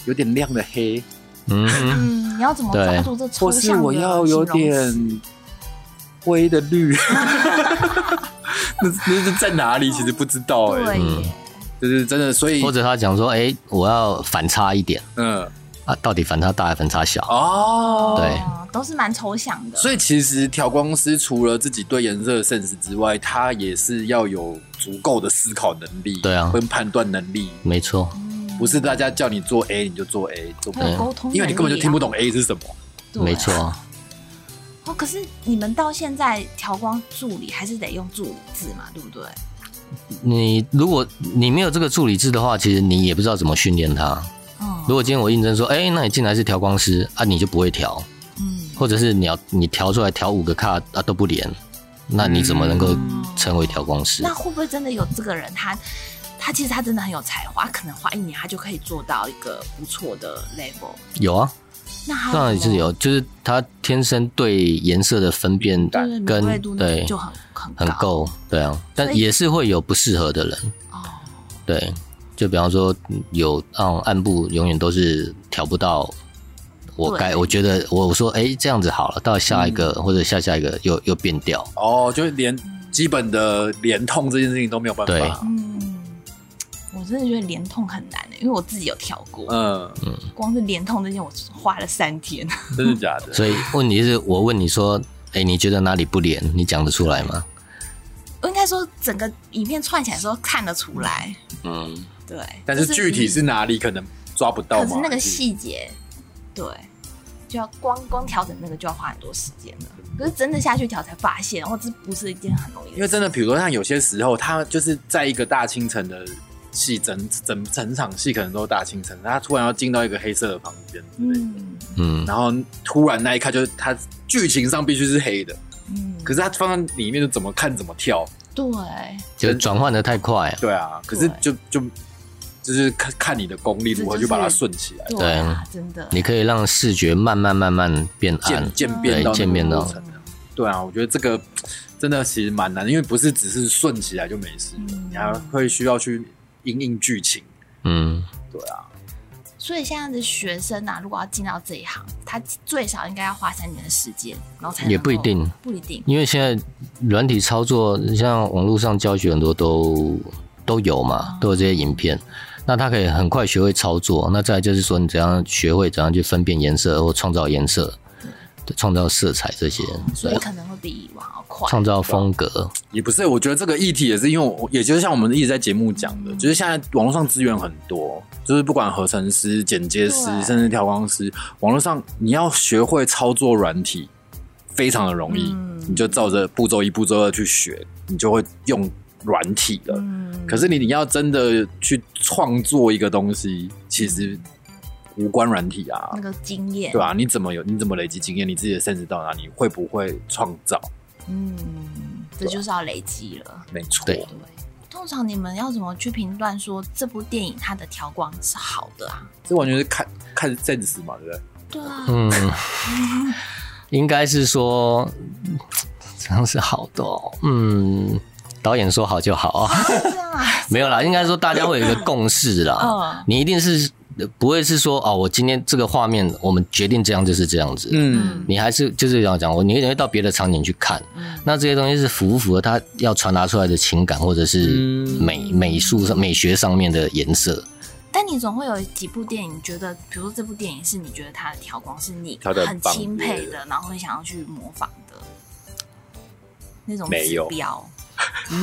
[SPEAKER 1] 有点亮的黑，
[SPEAKER 2] 嗯哼，
[SPEAKER 3] 嗯，你要怎么
[SPEAKER 2] 对
[SPEAKER 3] 抓住这抽
[SPEAKER 1] 或是
[SPEAKER 3] 象的
[SPEAKER 1] 我要有
[SPEAKER 3] 形容词
[SPEAKER 1] 点灰的绿。 [LAUGHS] 那那是在哪里？其实不知道哎、
[SPEAKER 3] 对耶，
[SPEAKER 1] 就是真的，所以
[SPEAKER 2] 或者他讲说，哎、我要反差一点
[SPEAKER 1] 嗯
[SPEAKER 2] 啊，到底反差大还反差小？
[SPEAKER 1] 哦，
[SPEAKER 2] 对
[SPEAKER 3] 哦，都是蛮抽象的。
[SPEAKER 1] 所以其实调光师除了自己对颜色的 sense 之外，他也是要有足够的思考能力，
[SPEAKER 2] 对啊
[SPEAKER 1] 跟判断能力，
[SPEAKER 2] 没错。
[SPEAKER 3] 以
[SPEAKER 1] 不是大家叫你做 A 你就做 A，做不
[SPEAKER 3] 嗯还有沟通能力啊、
[SPEAKER 1] 因为你根本就听不懂 A 是什么。
[SPEAKER 3] 对
[SPEAKER 2] 没错，
[SPEAKER 3] 哦，可是你们到现在调光助理还是得用助理字嘛，对不对？
[SPEAKER 2] 你如果你没有这个助理制的话，其实你也不知道怎么训练他。
[SPEAKER 3] 嗯
[SPEAKER 2] 如果今天我应征说，哎、那你进来是调光师啊，你就不会调，
[SPEAKER 3] 嗯，
[SPEAKER 2] 或者是你要你调出来调五个卡啊都不连，那你怎么能够成为调光师？
[SPEAKER 3] 嗯那会不会真的有这个人？他他其实他真的很有才华，可能花一年他就可以做到一个不错的 level。
[SPEAKER 2] 有啊，
[SPEAKER 3] 那他
[SPEAKER 2] 当然是
[SPEAKER 3] 哦
[SPEAKER 2] 有，就是他天生对颜色的分辨
[SPEAKER 3] 什么，对对，敏锐
[SPEAKER 2] 跟
[SPEAKER 3] 度那
[SPEAKER 2] 对
[SPEAKER 3] 就很很
[SPEAKER 2] 很
[SPEAKER 3] 高
[SPEAKER 2] 够，对啊，
[SPEAKER 3] 所
[SPEAKER 2] 但
[SPEAKER 3] 以
[SPEAKER 2] 也是会有不适合的人，
[SPEAKER 3] 哦。
[SPEAKER 2] 对，就比方说有那种暗部永远都是调不到我
[SPEAKER 3] 对
[SPEAKER 2] 该，我觉得我我说哎、这样子好了，到下一个、或者下下一个又又变调，
[SPEAKER 1] 哦，就是连基本的连通这件事情都没有办
[SPEAKER 2] 对
[SPEAKER 1] 法。
[SPEAKER 3] 嗯，我真的觉得联痛很难欸的，因为我自己有调过，
[SPEAKER 1] 嗯，
[SPEAKER 3] 光是联痛这件我花了三天。
[SPEAKER 1] 真的假的？
[SPEAKER 2] 所以问题是我问你说，哎、你觉得哪里不连？你讲得出来吗？
[SPEAKER 3] 我应该说整个影片串起来的时候看得出来，
[SPEAKER 2] 嗯，
[SPEAKER 3] 对。
[SPEAKER 1] 但是
[SPEAKER 3] 就嗯
[SPEAKER 1] 具体是哪里可能抓不到
[SPEAKER 3] 可
[SPEAKER 1] 嘛？
[SPEAKER 3] 是那个细节，对，就要光光调整那个就要花很多时间了。可是真的下去调才发现，哦，这不是一件很容易的事。
[SPEAKER 1] 嗯因为真的，比如说像有些时候，他就是在一个大清晨的戏，整整整场戏可能都是大清晨，他突然要进到一个黑色的旁边，
[SPEAKER 3] 嗯
[SPEAKER 2] 嗯，
[SPEAKER 1] 然后突然那一刻就是他剧情上必须是黑的，
[SPEAKER 3] 嗯，
[SPEAKER 1] 可是他放在里面就怎么看怎么跳，
[SPEAKER 3] 对，
[SPEAKER 2] 就转换的太快啊，
[SPEAKER 1] 对啊，可是就就就是看看你的功力如何去把它顺起来，
[SPEAKER 3] 对啊，真的。
[SPEAKER 2] 你可以让视觉慢慢慢慢变暗
[SPEAKER 1] 渐，渐
[SPEAKER 2] 嗯
[SPEAKER 3] 对
[SPEAKER 1] 变到那个
[SPEAKER 2] 渐变到
[SPEAKER 1] 过程对啊，我觉得这个真的其实蛮难的，因为不是只是顺起来就没事，
[SPEAKER 3] 嗯
[SPEAKER 1] 你还会需要去因应剧情。
[SPEAKER 2] 嗯，
[SPEAKER 3] 所以现在的学生啊，如果要进到这一行，他最少应该要花三年的时间，然后才能够
[SPEAKER 2] 也不一定，
[SPEAKER 3] 不一定，
[SPEAKER 2] 因为现在软体操作，你像网络上教学很多都都有嘛，都有这些影片。那他可以很快学会操作，那再来就是说你怎样学会怎样去分辨颜色或创造颜色、对创造色彩这些，
[SPEAKER 3] 所以可能会比以往要快。
[SPEAKER 2] 创造风格。
[SPEAKER 1] 也不是，我觉得这个议题也是因为我，也就是像我们一直在节目讲的，就是现在网络上资源很多，就是不管合成师、剪接师，
[SPEAKER 3] 对
[SPEAKER 1] 甚至调光师，网络上你要学会操作软体，非常的容易，
[SPEAKER 3] 嗯
[SPEAKER 1] 你就照着步骤一、步骤二去学，你就会用软体了。
[SPEAKER 3] 嗯，
[SPEAKER 1] 可是你你要真的去创作一个东西，其实无关软体啊，
[SPEAKER 3] 那个经验，
[SPEAKER 1] 对吧、你怎么有？你怎么累积经验？你自己的 sense 到哪里？会不会创造？
[SPEAKER 3] 嗯，
[SPEAKER 1] 啊
[SPEAKER 3] 这就是要累积了。
[SPEAKER 1] 没错，
[SPEAKER 2] 对
[SPEAKER 3] 对，通常你们要怎么去评断说这部电影它的调光是好的啊？
[SPEAKER 1] 这完全是看看 sense 嘛，对不对？
[SPEAKER 3] 对啊，
[SPEAKER 2] 嗯， [LAUGHS] 应该是说嗯这样是好的、哦。嗯，导演说好就好啊。
[SPEAKER 3] 这
[SPEAKER 1] [LAUGHS]
[SPEAKER 3] 样啊，
[SPEAKER 2] 没有啦，应该说大家会有一个共识啦
[SPEAKER 3] 嗯。
[SPEAKER 2] 你一定是呃不会是说哦，我今天这个画面我们决定这样就是这样子。
[SPEAKER 1] 嗯，
[SPEAKER 2] 你还是就是这样讲，我你一定会到别的场景去看。
[SPEAKER 3] 嗯
[SPEAKER 2] 那这些东西是符不符合他要传达出来的情感，或者是
[SPEAKER 1] 嗯
[SPEAKER 2] 美美术上美学上面的颜色？
[SPEAKER 3] 但你总会有几部电影，觉得比如说这部电影是你觉得它的调光是你
[SPEAKER 1] 调得很
[SPEAKER 3] 很
[SPEAKER 1] 棒
[SPEAKER 3] 钦佩
[SPEAKER 1] 对
[SPEAKER 3] 的，然后会想要去模仿的那种
[SPEAKER 1] 没
[SPEAKER 3] 指
[SPEAKER 1] 有
[SPEAKER 3] 标。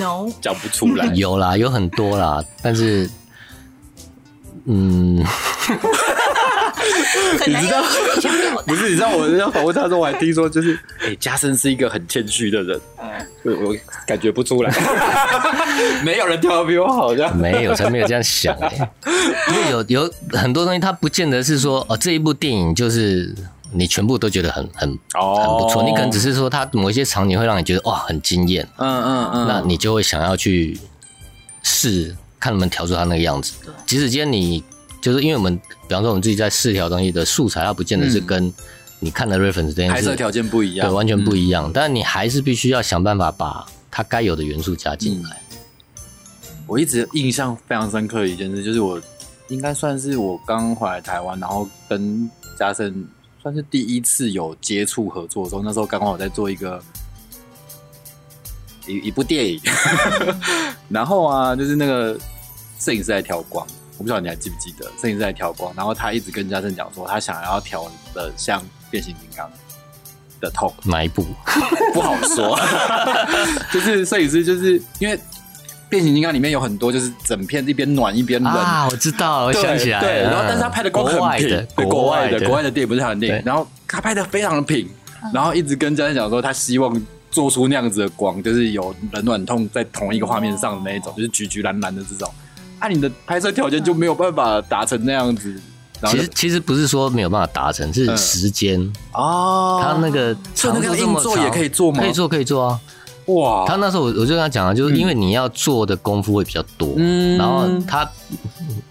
[SPEAKER 3] No，
[SPEAKER 1] [LAUGHS] 讲不出来。
[SPEAKER 2] 有啦，有很多啦，但是嗯，
[SPEAKER 3] 很难
[SPEAKER 1] 你知道
[SPEAKER 3] 用言语去表达
[SPEAKER 1] 不。是，你知道我在访问他的时候，我还听说就是， [LAUGHS] 哎、嘉生是一个很谦虚的人，我我感觉不出来， [LAUGHS] 没有人跳的比我好，这样
[SPEAKER 2] 没有，才没有这样想哎、因为有有很多东西，它不见得是说哦，这一部电影就是你全部都觉得很很很
[SPEAKER 1] 哦
[SPEAKER 2] 不错，你可能只是说它某一些场景会让你觉得哇很惊艳，
[SPEAKER 1] 嗯嗯嗯，
[SPEAKER 2] 那你就会想要去试，看能不能调出它那个样子
[SPEAKER 3] 对。
[SPEAKER 2] 即使今天你就是因为我们，比方说我们自己在试调东西的素材，它不见得是
[SPEAKER 1] 嗯
[SPEAKER 2] 跟你看的 reference 这件
[SPEAKER 1] 拍
[SPEAKER 2] 事
[SPEAKER 1] 摄条件不一样，嗯
[SPEAKER 2] 对完全不一样，但你还是必须要想办法把它该有的元素加进来。
[SPEAKER 1] 我一直印象非常深刻的一件事，就是我应该算是我刚回来台湾，然后跟嘉盛算是第一次有接触合作的时候，那时候刚好我在做一个一一部电影， [LAUGHS] 然后啊，就是那个摄影师在调光，我不知道你还记不记得，摄影师在调光，然后他一直跟嘉盛讲说，他想要调的像变形金刚的痛。
[SPEAKER 2] 哪一部？
[SPEAKER 1] 不好说， [LAUGHS] 就是摄影师，就是因为变形金刚里面有很多就是整片一边暖一边冷。
[SPEAKER 2] 啊，我知道，
[SPEAKER 1] 嗯
[SPEAKER 2] 我
[SPEAKER 1] 对
[SPEAKER 2] 想起来了。
[SPEAKER 1] 对，然后但是他拍的光很
[SPEAKER 2] 国外
[SPEAKER 1] 平，
[SPEAKER 2] 的，
[SPEAKER 1] 对国外的国外的电影不是他的电影，
[SPEAKER 2] 对嗯
[SPEAKER 1] 然后他拍的非常的平，然后一直跟家人讲说他希望做出那样子的光，就是有冷暖痛在同一个画面上的那一种，就是橘橘蓝蓝的这种，按、你的拍摄条件就没有办法达成那样子，然后
[SPEAKER 2] 其
[SPEAKER 1] 就
[SPEAKER 2] 实其实不是说没有办法达成，是
[SPEAKER 1] 嗯
[SPEAKER 2] 时间，
[SPEAKER 1] 哦，
[SPEAKER 2] 他那个
[SPEAKER 1] 所以
[SPEAKER 2] 长
[SPEAKER 1] 那
[SPEAKER 2] 度
[SPEAKER 1] 个
[SPEAKER 2] 这
[SPEAKER 1] 硬
[SPEAKER 2] 么
[SPEAKER 1] 座也
[SPEAKER 2] 长
[SPEAKER 1] 可以做吗？
[SPEAKER 2] 可以做可以做啊。
[SPEAKER 1] 哇，
[SPEAKER 2] 他那时候我我就跟他讲了，就是因为你要做的功夫会比较多，
[SPEAKER 1] 嗯
[SPEAKER 2] 然后他，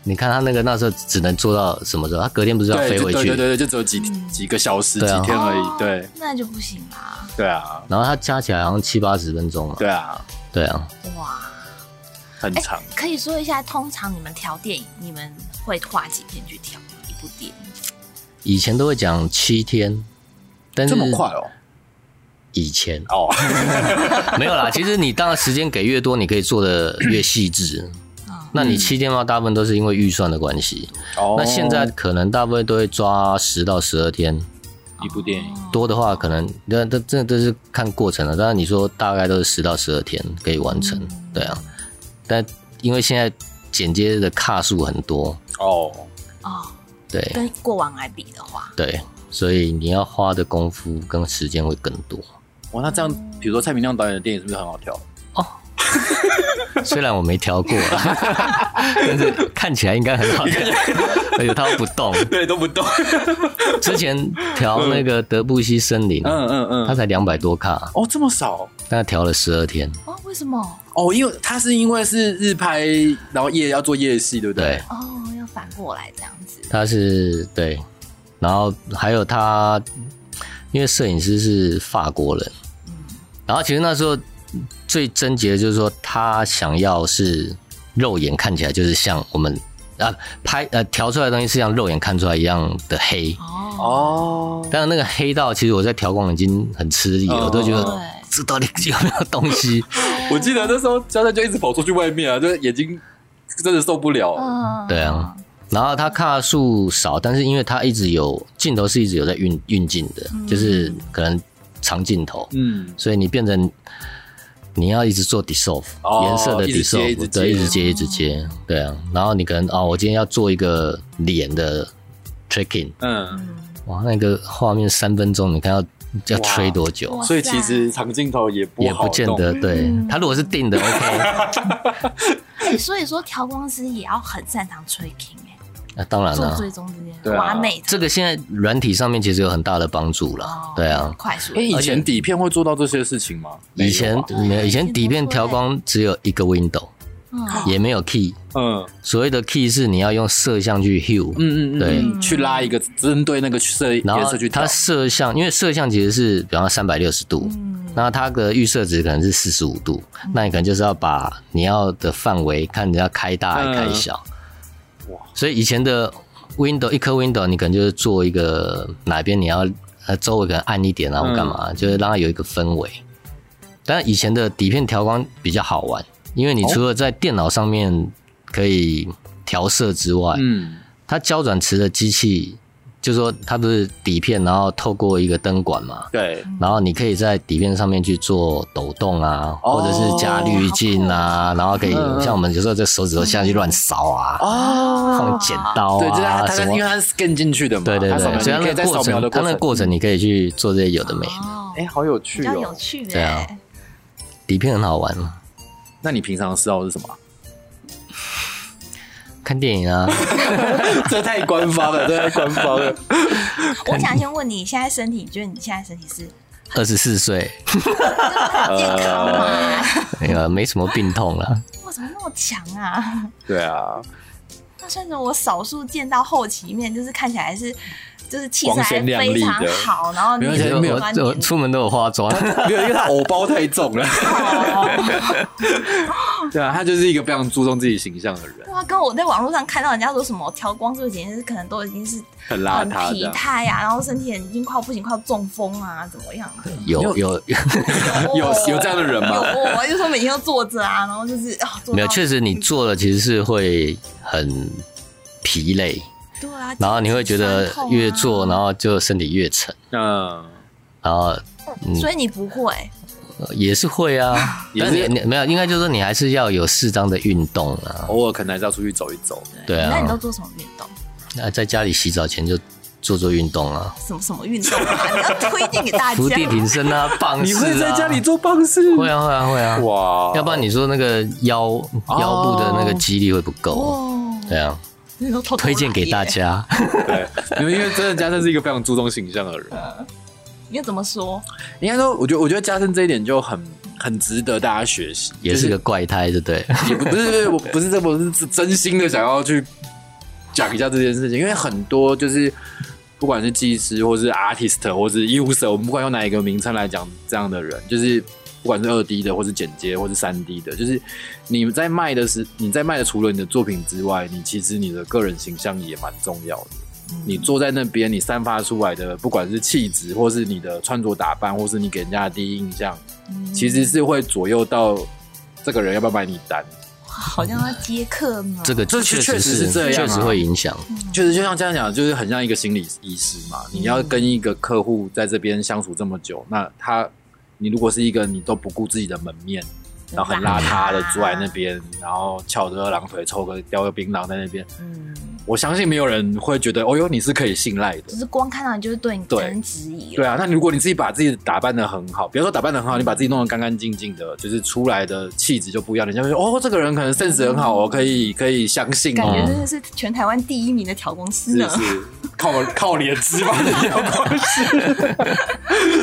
[SPEAKER 2] 你看他那个那时候只能做到什么时候？他隔天不是要
[SPEAKER 1] 对，
[SPEAKER 2] 飞
[SPEAKER 1] 就
[SPEAKER 2] 回
[SPEAKER 1] 对对
[SPEAKER 2] 去，
[SPEAKER 1] 对对，就只有几几个小时、
[SPEAKER 2] 对啊
[SPEAKER 1] 几天而
[SPEAKER 3] 哦
[SPEAKER 1] 已。对，
[SPEAKER 3] 那就不行啦。
[SPEAKER 1] 对啊，
[SPEAKER 2] 然后他加起来好像七八十分钟嘛。
[SPEAKER 1] 对啊，
[SPEAKER 2] 对啊，
[SPEAKER 3] 哇，
[SPEAKER 1] 很长。
[SPEAKER 3] 可以说一下，通常你们调电影，你们会花几天去调一部电影？
[SPEAKER 2] 以前都会讲七天，但是
[SPEAKER 1] 这么快哦？
[SPEAKER 2] 以前 [LAUGHS]
[SPEAKER 1] 哦，
[SPEAKER 2] 没有啦。 [LAUGHS] 其实你当然时间给越多，你可以做的越细致。
[SPEAKER 1] 嗯
[SPEAKER 2] 那你七天的话，大部分都是因为预算的关系。
[SPEAKER 1] 哦
[SPEAKER 2] 那现在可能大部分都会抓十到十二天，
[SPEAKER 1] 一部电影，
[SPEAKER 3] 哦
[SPEAKER 2] 多的话可能那这这这是看过程了。当然你说大概都是十到十二天可以完成，对啊。但因为现在剪接的卡数很多，
[SPEAKER 1] 哦，
[SPEAKER 3] 哦，
[SPEAKER 2] 对
[SPEAKER 3] 跟过往来比的话，
[SPEAKER 2] 对，所以你要花的功夫跟时间会更 [LAUGHS] 多。
[SPEAKER 1] 哇，那这样，比如说蔡明亮导演的电影是不是很好挑？
[SPEAKER 2] 虽然我没调过，啊 [LAUGHS] 但是看起来应该很好看， [LAUGHS] 而且它不动。
[SPEAKER 1] 对，都不动。
[SPEAKER 2] 之前调那个德布西森林，
[SPEAKER 1] 嗯嗯
[SPEAKER 2] 它
[SPEAKER 1] 嗯。
[SPEAKER 2] 才两百多卡，
[SPEAKER 1] 哦，这么少
[SPEAKER 2] 但调了十二天。
[SPEAKER 3] 哦，为什么？
[SPEAKER 1] 哦，因为他是因为是日拍，然后夜要做夜戏，对不
[SPEAKER 2] 对
[SPEAKER 1] 对？，
[SPEAKER 3] 哦，要反过来这样子。
[SPEAKER 2] 他是对，然后还有他，因为摄影师是法国人，然后其实那时候最症结的就是说，他想要是肉眼看起来就是像我们啊拍呃调出来的东西是像肉眼看出来一样的黑，
[SPEAKER 3] 哦，
[SPEAKER 1] 哦，
[SPEAKER 2] 但是那个黑到其实我在调光已经很吃力了，我都觉
[SPEAKER 1] 哦
[SPEAKER 2] 得
[SPEAKER 3] 对
[SPEAKER 2] 这到底有没有东西？
[SPEAKER 1] 我记得那时候焦蛋就一直跑出去外面啊，就是眼睛真的受不了。
[SPEAKER 3] 嗯，
[SPEAKER 2] 对啊，然后他卡数少，但是因为他一直有镜头是一直有在运运镜的，就是可能长镜头，
[SPEAKER 1] 嗯，
[SPEAKER 2] 所以你变成你要一直做 dissolve
[SPEAKER 1] 哦
[SPEAKER 2] 颜色的
[SPEAKER 1] 一直接
[SPEAKER 2] dissolve，
[SPEAKER 1] 一直接
[SPEAKER 2] 对，一直接一直接，对啊。然后你可能哦，我今天要做一个脸的 tracking，
[SPEAKER 1] 嗯，
[SPEAKER 2] 哇，那个画面三分钟，你看要要
[SPEAKER 1] 哇
[SPEAKER 2] 吹多久？
[SPEAKER 3] 哇
[SPEAKER 1] 所以其实长镜头也不
[SPEAKER 2] 也
[SPEAKER 1] 好
[SPEAKER 2] 不见
[SPEAKER 1] 弄
[SPEAKER 2] 得，对
[SPEAKER 3] 嗯
[SPEAKER 2] 他如果是定
[SPEAKER 1] [LAUGHS]
[SPEAKER 2] 的 OK，
[SPEAKER 3] 哎，所以说调光师也要很擅长吹 king 哎，
[SPEAKER 2] 那当然
[SPEAKER 3] 做
[SPEAKER 2] 了，
[SPEAKER 3] 追踪这件
[SPEAKER 1] 对啊
[SPEAKER 3] 挖内
[SPEAKER 2] 这个现在软体上面其实有很大的帮助
[SPEAKER 3] 哦
[SPEAKER 2] 了，对啊，
[SPEAKER 3] 快速
[SPEAKER 1] 哎，以
[SPEAKER 2] 而且
[SPEAKER 1] 前底片会做到这些事情吗？没有啊
[SPEAKER 2] 以前
[SPEAKER 1] 吧
[SPEAKER 2] 没有，以前底
[SPEAKER 3] 以前
[SPEAKER 2] 片
[SPEAKER 3] 不会
[SPEAKER 2] 调光只有一个 window，
[SPEAKER 3] 嗯
[SPEAKER 2] 也没有 key。
[SPEAKER 1] 嗯
[SPEAKER 2] 所谓的 key 是你要用摄像去 hue，
[SPEAKER 1] 嗯嗯嗯，
[SPEAKER 2] 对
[SPEAKER 1] 去拉一个针对那个色
[SPEAKER 2] 然
[SPEAKER 1] 颜
[SPEAKER 2] 后
[SPEAKER 1] 色去调
[SPEAKER 2] 它。摄像，因为摄像其实是比方三百六十度，
[SPEAKER 3] 嗯
[SPEAKER 2] 那它的预设值可能是四十五度，那你可能就是要把你要的范围看你要开大还开小。
[SPEAKER 1] 嗯哇
[SPEAKER 2] 所以以前的 window 一颗 window，你可能就是做一个哪边你要呃周围可能暗一点啊或干
[SPEAKER 1] 嗯
[SPEAKER 2] 嘛，就是让它有一个氛围。但以前的底片调光比较好玩，因
[SPEAKER 1] 哦
[SPEAKER 2] 为你除了在电脑上面可以调色之外，
[SPEAKER 1] 嗯，
[SPEAKER 2] 它胶转池的机器，就说它不是底片，然后透过一个灯管嘛，
[SPEAKER 1] 对，
[SPEAKER 2] 然后你可以在底片上面去做抖动啊，
[SPEAKER 1] 哦
[SPEAKER 2] 或者是加滤镜啊，然后可以
[SPEAKER 1] 嗯嗯
[SPEAKER 2] 像我们有时候这手指头下去乱扫啊，
[SPEAKER 1] 哦，
[SPEAKER 2] 放剪刀
[SPEAKER 1] 对，就是它
[SPEAKER 2] 啊
[SPEAKER 1] 它
[SPEAKER 2] 什
[SPEAKER 1] 是因为
[SPEAKER 2] 么，
[SPEAKER 1] 它是 scan 进去的嘛，
[SPEAKER 2] 对对
[SPEAKER 1] 它扫
[SPEAKER 2] 对，
[SPEAKER 1] 描
[SPEAKER 2] 所以
[SPEAKER 1] 你可
[SPEAKER 2] 它那
[SPEAKER 1] 以在
[SPEAKER 2] 个过
[SPEAKER 1] 扫描的，
[SPEAKER 2] 程它那个过程你可以去做这些有的没的，
[SPEAKER 3] 哦
[SPEAKER 1] 哎，好有
[SPEAKER 3] 比
[SPEAKER 1] 趣
[SPEAKER 3] 较有
[SPEAKER 1] 哦。
[SPEAKER 3] 趣
[SPEAKER 2] 对啊
[SPEAKER 3] 哎，
[SPEAKER 2] 底片很好玩嘛，
[SPEAKER 1] 那你平常的嗜好是
[SPEAKER 2] [LAUGHS]
[SPEAKER 1] 什么啊？
[SPEAKER 2] 看电
[SPEAKER 1] [LAUGHS]
[SPEAKER 2] 影啊，
[SPEAKER 1] 这太官方了，这太官方了。
[SPEAKER 3] 我想先问你，现在身体，你觉得你现在身体是
[SPEAKER 2] 二十四岁，
[SPEAKER 1] [LAUGHS] 呃
[SPEAKER 3] 健康吗？
[SPEAKER 2] 那个没什么病痛啊了，
[SPEAKER 3] 哇，怎么那么强啊？
[SPEAKER 1] [LAUGHS] 对啊，
[SPEAKER 3] 那算是我少数见到后期面，就是看起来是，就是气色
[SPEAKER 1] 光
[SPEAKER 3] 还
[SPEAKER 1] 鲜亮
[SPEAKER 3] 非
[SPEAKER 1] 丽
[SPEAKER 3] 常
[SPEAKER 1] 的
[SPEAKER 3] 好，然后你
[SPEAKER 1] 没有
[SPEAKER 3] 也
[SPEAKER 1] 现在没有
[SPEAKER 3] 端
[SPEAKER 2] 我我
[SPEAKER 3] 年
[SPEAKER 2] 出门都有化妆，
[SPEAKER 1] 没有，因为他偶包太重
[SPEAKER 3] [LAUGHS]
[SPEAKER 1] 了。
[SPEAKER 3] 啊
[SPEAKER 1] 对啊，他就是一个非常注重自己形象的人，
[SPEAKER 3] 哇，跟我在网络上看到人家说什么调光这个简直是可能都已经是
[SPEAKER 1] 很邋
[SPEAKER 3] 很
[SPEAKER 1] 遢
[SPEAKER 3] 疲
[SPEAKER 1] 的。
[SPEAKER 3] 态啊，然后身体已经快要不行，快要中风啊，怎么样的？
[SPEAKER 2] 有有
[SPEAKER 1] [LAUGHS] 有有这样的人
[SPEAKER 3] 有
[SPEAKER 1] 吗？
[SPEAKER 3] 哦，我就说每天都坐着啊，然后就是啊，坐
[SPEAKER 2] 没有，
[SPEAKER 3] 到
[SPEAKER 2] 确实你做了其实是会很疲累，
[SPEAKER 3] 对啊，
[SPEAKER 2] 然后你会觉得
[SPEAKER 1] 啊
[SPEAKER 2] 越做，然
[SPEAKER 3] 后
[SPEAKER 2] 后就身体越沉，
[SPEAKER 1] 嗯，
[SPEAKER 2] 然后嗯
[SPEAKER 3] 所以你不会
[SPEAKER 2] 呃也是
[SPEAKER 1] [LAUGHS]，
[SPEAKER 2] 会啊
[SPEAKER 1] 也
[SPEAKER 2] 但
[SPEAKER 1] 是
[SPEAKER 2] 是你你没有，应该就是说你还是要有适当的运动啊，
[SPEAKER 1] 偶尔可能还是要出去走一走。
[SPEAKER 2] 对啊
[SPEAKER 3] 那你都做什么运动？
[SPEAKER 2] 那在家里洗澡前就做做运动啊，
[SPEAKER 3] 什么什么运动啊？你要推荐给大家。
[SPEAKER 2] 伏地挺身啊，
[SPEAKER 1] [LAUGHS]
[SPEAKER 2] 棒式
[SPEAKER 1] 你
[SPEAKER 2] 啊，
[SPEAKER 1] 会在家里做棒式？
[SPEAKER 2] 会啊会啊会啊，
[SPEAKER 1] 哇！
[SPEAKER 2] 要不然你说那个腰腰部的那个肌力会不够，
[SPEAKER 3] 哦，
[SPEAKER 2] 对啊，
[SPEAKER 3] 那都偷偷
[SPEAKER 2] 推荐给大
[SPEAKER 3] 来耶。
[SPEAKER 2] 家，
[SPEAKER 1] 对， [LAUGHS] 因为因为真的加深是一个非常注重形象的人。
[SPEAKER 3] 你要怎么说？
[SPEAKER 1] 应该说，我觉得我觉得加深这一点就很很值得大家学习，
[SPEAKER 2] 也是个怪胎，对不对？
[SPEAKER 1] 也不是不是我不是这么是真心的想要去讲一下这件事情，因为很多就是不管是技师或是 artist 或是 user，我们不管用哪一个名称来讲，这样的人就是不管是二 D 的或是剪接或是三 D 的，就是你在卖的是你在卖的，除了你的作品之外，你其实你的个人形象也蛮重要的。你坐在那边，你散发出来的，不管是气质，或是你的穿着打扮，或是你给人家的第一印象，
[SPEAKER 3] 嗯
[SPEAKER 1] 其实是会左右到这个人要不要买你单。
[SPEAKER 3] 嗯好像要接客嗯呢。
[SPEAKER 2] 这个
[SPEAKER 1] 这
[SPEAKER 2] 确
[SPEAKER 1] 确实
[SPEAKER 2] 是
[SPEAKER 1] 是这样啊
[SPEAKER 2] 确实会影响。
[SPEAKER 1] 就是就像这样讲，就是很像一个心理医师嘛。你要跟一个客户在这边相处这么久，那他，你如果是一个你都不顾自己的门面，
[SPEAKER 3] 嗯
[SPEAKER 1] 然后很邋遢的坐在那边，然后翘着二郎腿抽个叼个槟榔在那边，
[SPEAKER 3] 嗯，
[SPEAKER 1] 我相信没有人会觉得哦哟你是可以信赖的
[SPEAKER 3] 就。是光看到你就是对你
[SPEAKER 1] 对
[SPEAKER 3] 产生质疑了。
[SPEAKER 1] 对啊，那如果你自己把自己打扮的很好，比如说打扮的很好，你把自己弄得干干净净的，就是出来的气质就不一样，人家会说哦，这个人可能 sense 很好哦，可以可以相信
[SPEAKER 3] 嗯感
[SPEAKER 1] 哦。
[SPEAKER 3] 觉真的是全台湾第一名的调光师
[SPEAKER 1] 是
[SPEAKER 3] 呢
[SPEAKER 1] 不。是？靠靠脸吃饭的调光师，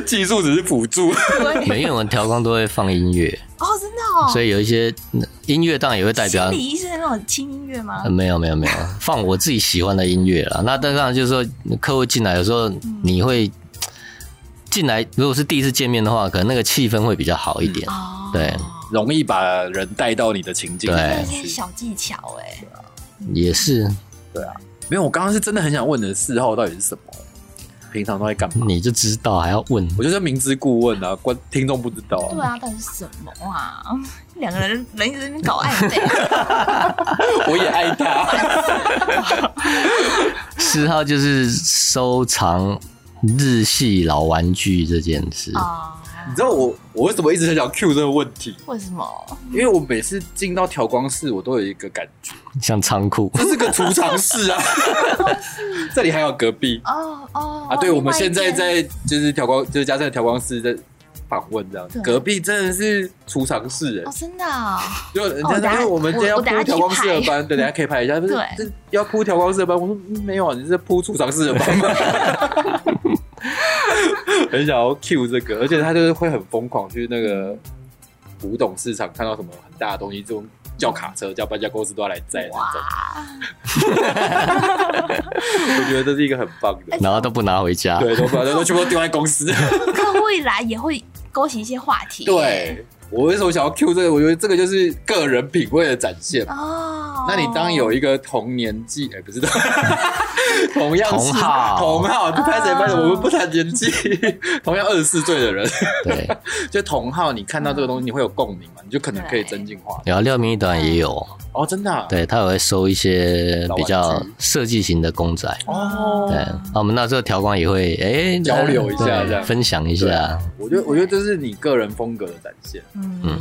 [SPEAKER 1] 技术只是辅助。
[SPEAKER 3] [LAUGHS] 对，
[SPEAKER 2] 每一轮啊调光都会放音乐，
[SPEAKER 3] [LAUGHS] 哦，真的哦。
[SPEAKER 2] 所以有一些音乐当然也会代表
[SPEAKER 3] 心理。医生那种轻音乐吗
[SPEAKER 2] 呃、？没有没有没有，放我自己
[SPEAKER 3] 嗯
[SPEAKER 2] 喜欢的音乐啦。那当然就是说，客户进来有时候你会尽进来，如果是第一次见面的话，可能那个气氛会比较好一点。
[SPEAKER 3] 哦，
[SPEAKER 2] 对
[SPEAKER 1] 容易把人带到你的情境里
[SPEAKER 2] 对
[SPEAKER 3] 这
[SPEAKER 1] 面
[SPEAKER 3] 些
[SPEAKER 1] 去。
[SPEAKER 3] 小技巧哎，
[SPEAKER 2] 也是，
[SPEAKER 1] 没有，我刚刚是真的很想问你的嗜好到底是什么，平常都在干嘛？
[SPEAKER 2] 你就知道还要问。
[SPEAKER 1] 我就是明知故问啊，观听众不知道
[SPEAKER 3] 对
[SPEAKER 1] 啊，
[SPEAKER 3] 啊，到底是什么啊？两个人人一直在那边搞暧昧，
[SPEAKER 2] [LAUGHS]
[SPEAKER 1] 我也爱他。 [LAUGHS]
[SPEAKER 2] 嗜好就是收藏日系老玩具这件事。
[SPEAKER 3] 啊？
[SPEAKER 1] 你知道我我为什么一直很想 Q 这个问题？
[SPEAKER 3] 为什么？
[SPEAKER 1] 因为我每次进到调光室，我都有一个感觉，
[SPEAKER 2] 像仓库，
[SPEAKER 1] 这是个储藏室啊。 [LAUGHS] 这里还有隔壁
[SPEAKER 3] 哦哦
[SPEAKER 1] 啊，对，我们
[SPEAKER 3] 另外一
[SPEAKER 1] 现在
[SPEAKER 3] 件
[SPEAKER 1] 在就是调光，就是加上调光室在访问这样
[SPEAKER 3] 对，
[SPEAKER 1] 隔壁真的是储藏室
[SPEAKER 3] 哦，
[SPEAKER 1] 哎，
[SPEAKER 3] 真
[SPEAKER 1] [LAUGHS]
[SPEAKER 3] 的啊
[SPEAKER 1] 就人
[SPEAKER 3] 哦
[SPEAKER 1] 家
[SPEAKER 3] 等下
[SPEAKER 1] 说我们今天要
[SPEAKER 3] 我我等下
[SPEAKER 1] 铺
[SPEAKER 3] 去
[SPEAKER 1] 调光室的
[SPEAKER 3] 拍
[SPEAKER 1] 班，对，等下可以拍一下，不是
[SPEAKER 3] 对
[SPEAKER 1] 这要铺调光室的班，我说嗯没有啊，你是在铺储藏室的班吗？ [LAUGHS] 很想要 cue 这个，而且他就是会很疯狂去那个古董市场看到什么很大的东西，这种叫卡车、叫搬家公司都要来载那种。
[SPEAKER 3] 哇！
[SPEAKER 1] 我觉得这是一个很棒的，
[SPEAKER 2] 然后都不拿回家。
[SPEAKER 1] 对，都把都全部丢在公司。
[SPEAKER 3] [LAUGHS] 客户一来也会勾起一些话题，
[SPEAKER 1] 对，我为什么想要 Q 这个？我觉得这个就是个人品味的展现。
[SPEAKER 3] 哦。
[SPEAKER 1] 那你当有一个同年纪，哎、不是 [LAUGHS] 同样是
[SPEAKER 2] 同好
[SPEAKER 1] 同号，就拍谁拍谁，
[SPEAKER 3] 哦
[SPEAKER 1] 我们不谈年纪， [LAUGHS] 同样二十四岁的人，
[SPEAKER 2] 对，
[SPEAKER 1] 就同号，你看到这个东西，你会有共鸣嘛？你就可能可以
[SPEAKER 3] 对
[SPEAKER 1] 增进话题。
[SPEAKER 2] 然后廖明一短也有，
[SPEAKER 1] 哦，真的、啊，，
[SPEAKER 2] 对他也会收一些比
[SPEAKER 1] 老
[SPEAKER 2] 较
[SPEAKER 1] 玩具
[SPEAKER 2] 设计型的公仔。
[SPEAKER 1] 哦
[SPEAKER 3] 嗯
[SPEAKER 2] 对，那我们那时候调光也会哎
[SPEAKER 1] 交流一下
[SPEAKER 2] 对
[SPEAKER 1] 这样
[SPEAKER 2] 分享一
[SPEAKER 1] 对
[SPEAKER 2] 下。
[SPEAKER 1] 我觉得，我觉得这是你个人风格的展现，
[SPEAKER 3] 嗯，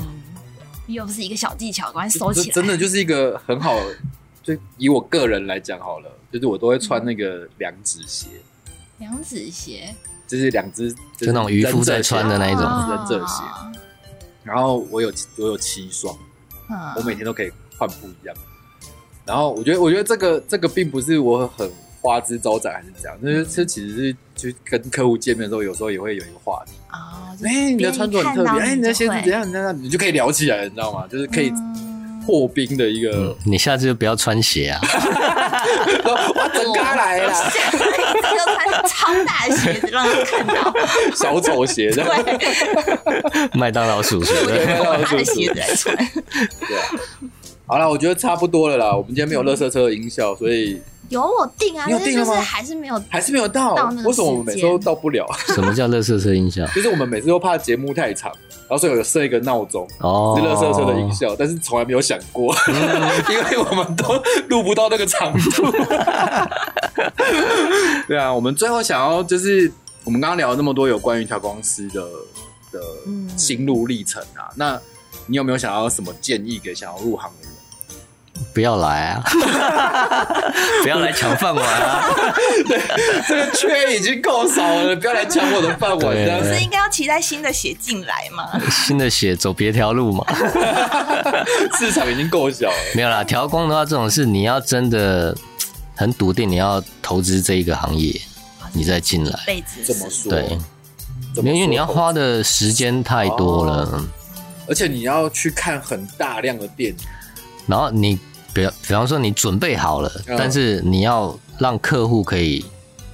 [SPEAKER 3] 又不是一个小技巧，赶快收
[SPEAKER 1] 这
[SPEAKER 3] 起来。
[SPEAKER 1] 真的就是一个很好。就以我个人来讲好了，就是我都会穿那个两指鞋，
[SPEAKER 3] 两指鞋，
[SPEAKER 1] 就是两只
[SPEAKER 2] 就那种渔夫在穿的那一种
[SPEAKER 3] 哦
[SPEAKER 1] 啊忍者鞋。然后我有我有七双，
[SPEAKER 3] 嗯
[SPEAKER 1] 我每天都可以换不一样。然后我觉得，我觉得这个这个并不是我很花枝招展还是怎样，就是
[SPEAKER 3] 嗯
[SPEAKER 1] 这其实是就跟客户见面的时候，有时候也会有一个话题。
[SPEAKER 3] 啊，就是
[SPEAKER 1] 哎、你的穿着很特别，哎、你的鞋子怎？
[SPEAKER 3] 别人一看到就会
[SPEAKER 1] 样？那你就可以聊起来，你知道吗？就是可以
[SPEAKER 3] 嗯
[SPEAKER 1] 破冰的一
[SPEAKER 2] 嗯
[SPEAKER 1] 个，，
[SPEAKER 2] 你下次就不要穿鞋啊，嗯
[SPEAKER 1] 哇，整咖来了，
[SPEAKER 3] 哦这个穿超大的鞋子让他看到，
[SPEAKER 1] 小丑鞋这样。
[SPEAKER 3] 对，
[SPEAKER 2] 麦当劳
[SPEAKER 1] [LAUGHS]
[SPEAKER 2] 叔叔。
[SPEAKER 1] 对麦当劳
[SPEAKER 3] 我拿
[SPEAKER 1] 叔
[SPEAKER 3] 着
[SPEAKER 1] 叔
[SPEAKER 3] 鞋子来穿。 [LAUGHS]
[SPEAKER 1] 对啊，好了，我觉得差不多了啦。我们今天没有垃圾车的音效，所以
[SPEAKER 3] 有我定啊，
[SPEAKER 1] 你有
[SPEAKER 3] 但是
[SPEAKER 1] 订
[SPEAKER 3] 就
[SPEAKER 1] 了
[SPEAKER 3] 是
[SPEAKER 1] 吗
[SPEAKER 3] 还是没有
[SPEAKER 1] 还是没有到。
[SPEAKER 3] 到那个
[SPEAKER 1] 为什么我们每次都
[SPEAKER 3] 时间
[SPEAKER 1] 到不了？ [LAUGHS]
[SPEAKER 2] 什么叫乐色车音效？
[SPEAKER 1] 就是我们每次都怕节目太长，然后所以有设一个闹钟，
[SPEAKER 2] 哦，
[SPEAKER 1] 是乐色车的音效，但是从来没有想过， [LAUGHS] 因为我们都录不到那个长度。 [LAUGHS] 对啊，我们最后想要就是我们刚刚聊了那么多有关于调光师的的
[SPEAKER 3] 嗯
[SPEAKER 1] 心路历程啊，那你有没有想要什么建议给想要入行的人？
[SPEAKER 2] 不要来啊！ [LAUGHS] 不要来抢饭碗啊！
[SPEAKER 1] [LAUGHS] 这个缺已经够少了，不要来抢我的饭碗
[SPEAKER 2] 对
[SPEAKER 1] 这样
[SPEAKER 3] 不
[SPEAKER 1] 子
[SPEAKER 3] 是应该要期待新的血进来吗？
[SPEAKER 2] 新的血走别条路嘛。
[SPEAKER 1] 市场已经够小了。
[SPEAKER 2] 没有啦，调光的话，这种事你要真的很笃定，你要投资这一个行业，你再进来。
[SPEAKER 3] 被子
[SPEAKER 1] 怎么说？
[SPEAKER 2] 对，
[SPEAKER 1] 怎么
[SPEAKER 2] 没有，因为
[SPEAKER 1] 说
[SPEAKER 2] 你要花的时间太多
[SPEAKER 1] 哦
[SPEAKER 2] 了，
[SPEAKER 1] 而且你要去看很大量的电影，
[SPEAKER 2] 然后你比比方说你准备好了，
[SPEAKER 1] 嗯
[SPEAKER 2] 但是你要让客户可以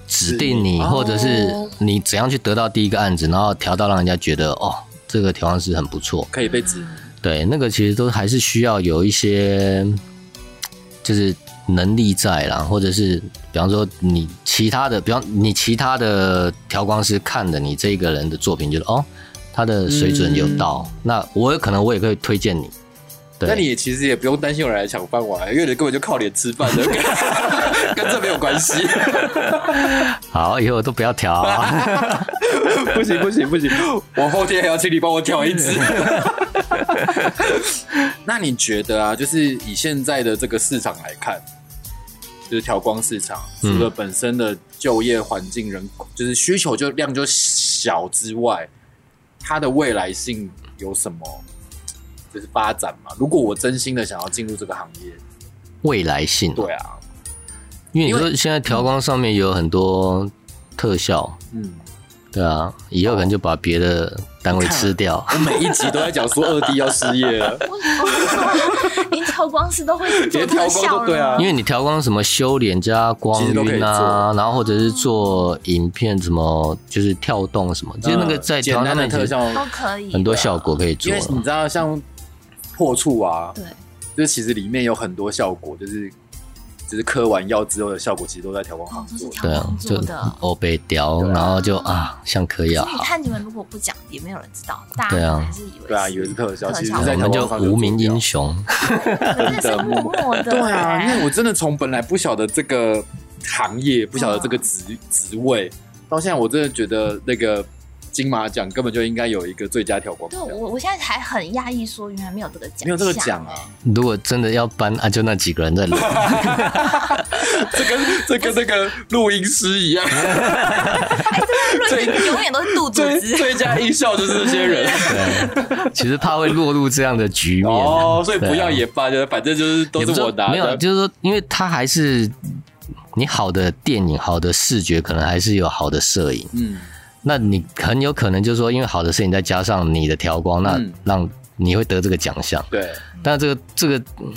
[SPEAKER 2] 指定
[SPEAKER 1] 指
[SPEAKER 2] 你，
[SPEAKER 1] 定
[SPEAKER 2] 或者是
[SPEAKER 1] 哦
[SPEAKER 2] 你怎样去得到第一个案子，然后调到让人家觉得哦，这个调光师很不错。
[SPEAKER 1] 可以被指
[SPEAKER 2] 对，那个其实都还是需要有一些，就是能力在啦，或者是比方说你其他的，比方你其他的调光师看的你这个人的作品，觉得哦，他的水准有到，那我有可能我也会推荐你。
[SPEAKER 1] 嗯
[SPEAKER 2] 对，
[SPEAKER 1] 那你也其实也不用担心有人来抢饭碗，因为你根本就靠脸吃饭的，跟 [LAUGHS] 跟这没有关系。
[SPEAKER 2] 好，以后都不要调、
[SPEAKER 1] [LAUGHS]
[SPEAKER 2] 啊。
[SPEAKER 1] 不行不行不行，我后天还要请你帮我挑一 [LAUGHS] 只。那你觉得啊，就是以现在的这个市场来看，就是调光市场，除
[SPEAKER 2] 嗯
[SPEAKER 1] 了本身的就业环境人口就是需求就量就小之外，它的未来性有什么？就是发展嘛。如果我真心的想要进入这个行业，
[SPEAKER 2] 未来性，
[SPEAKER 1] 对啊，
[SPEAKER 2] 因为你说现在调光上面有很多特效，
[SPEAKER 1] 嗯，
[SPEAKER 2] 对啊，以后可能就把别的单位吃掉。
[SPEAKER 1] 我每一集都在讲说二 D 要失业
[SPEAKER 2] [LAUGHS]
[SPEAKER 1] 了，
[SPEAKER 3] [LAUGHS] 我我啊连调光师都会做
[SPEAKER 1] 连
[SPEAKER 3] 特
[SPEAKER 1] 调光都
[SPEAKER 3] 效了，
[SPEAKER 1] 对啊
[SPEAKER 2] 因为你调光什么修脸加光
[SPEAKER 1] 其实都可以
[SPEAKER 2] 晕啊，
[SPEAKER 1] 做
[SPEAKER 2] 然后或者是做影片什么，就是跳动什么，其实那个在
[SPEAKER 1] 嗯简
[SPEAKER 2] 调
[SPEAKER 1] 单的特效，
[SPEAKER 3] 都可以
[SPEAKER 2] 很多效果
[SPEAKER 3] 啊
[SPEAKER 2] 可以做啊
[SPEAKER 1] 因为你
[SPEAKER 2] 了。
[SPEAKER 1] 知道像破处啊，
[SPEAKER 3] 对，
[SPEAKER 1] 就是其实里面有很多效果，就是只是磕完药之后的效果，其实都在调光
[SPEAKER 3] 哦
[SPEAKER 1] 行
[SPEAKER 3] 都是
[SPEAKER 1] 做的。
[SPEAKER 3] 调
[SPEAKER 2] 对啊
[SPEAKER 3] 光，
[SPEAKER 2] 就
[SPEAKER 3] 做的。
[SPEAKER 2] 欧北雕，
[SPEAKER 1] 对啊
[SPEAKER 2] 然后就啊，像嗑药
[SPEAKER 3] 所以你
[SPEAKER 2] 好。
[SPEAKER 3] 看你们如果不讲，也没有人知道，大
[SPEAKER 2] 对
[SPEAKER 3] 家
[SPEAKER 2] 啊
[SPEAKER 3] 还是以
[SPEAKER 1] [LAUGHS]
[SPEAKER 3] 为
[SPEAKER 1] 对啊，以为是特效，
[SPEAKER 3] 特效
[SPEAKER 1] 其实
[SPEAKER 2] 我
[SPEAKER 1] 是在
[SPEAKER 2] 们
[SPEAKER 1] 调
[SPEAKER 2] 就
[SPEAKER 1] 光上
[SPEAKER 2] 无名英雄，
[SPEAKER 3] 真的是默默的，
[SPEAKER 1] [LAUGHS]
[SPEAKER 3] 哎
[SPEAKER 1] 对啊，因为我真的从本来不晓得这个行业，不晓得这个职职位，到现在我真的觉得那个金马奖根本就应该有一个最佳调光
[SPEAKER 3] 对
[SPEAKER 1] 奖，
[SPEAKER 3] 我我现在还很讶异，说原来没有这个奖项，
[SPEAKER 1] 没有这个奖啊，
[SPEAKER 2] 如果真的要搬啊，就那几个人在轮。
[SPEAKER 1] 这跟这跟那个录音师一
[SPEAKER 2] [LAUGHS]
[SPEAKER 1] 样，
[SPEAKER 3] 对，永远都是肚肚
[SPEAKER 1] 最
[SPEAKER 3] 子。
[SPEAKER 1] 最佳音效就是这些
[SPEAKER 2] [LAUGHS]
[SPEAKER 1] 人。
[SPEAKER 2] 对，其实怕会落入这样的局面。
[SPEAKER 1] 哦，所以
[SPEAKER 2] 对啊
[SPEAKER 1] 不要也罢，就是反正就是都
[SPEAKER 2] 也不
[SPEAKER 1] 是我
[SPEAKER 2] 说
[SPEAKER 1] 拿
[SPEAKER 2] 没有，
[SPEAKER 1] 的。
[SPEAKER 2] 就是说，因为它还是你好的电影、好的视觉，可能还是有好的摄影。
[SPEAKER 1] 嗯，
[SPEAKER 2] 那你很有可能就是说，因为好的摄影再加上你的调光，那
[SPEAKER 1] 嗯
[SPEAKER 2] 让你会得这个奖项。
[SPEAKER 1] 对，
[SPEAKER 2] 但这个这个，嗯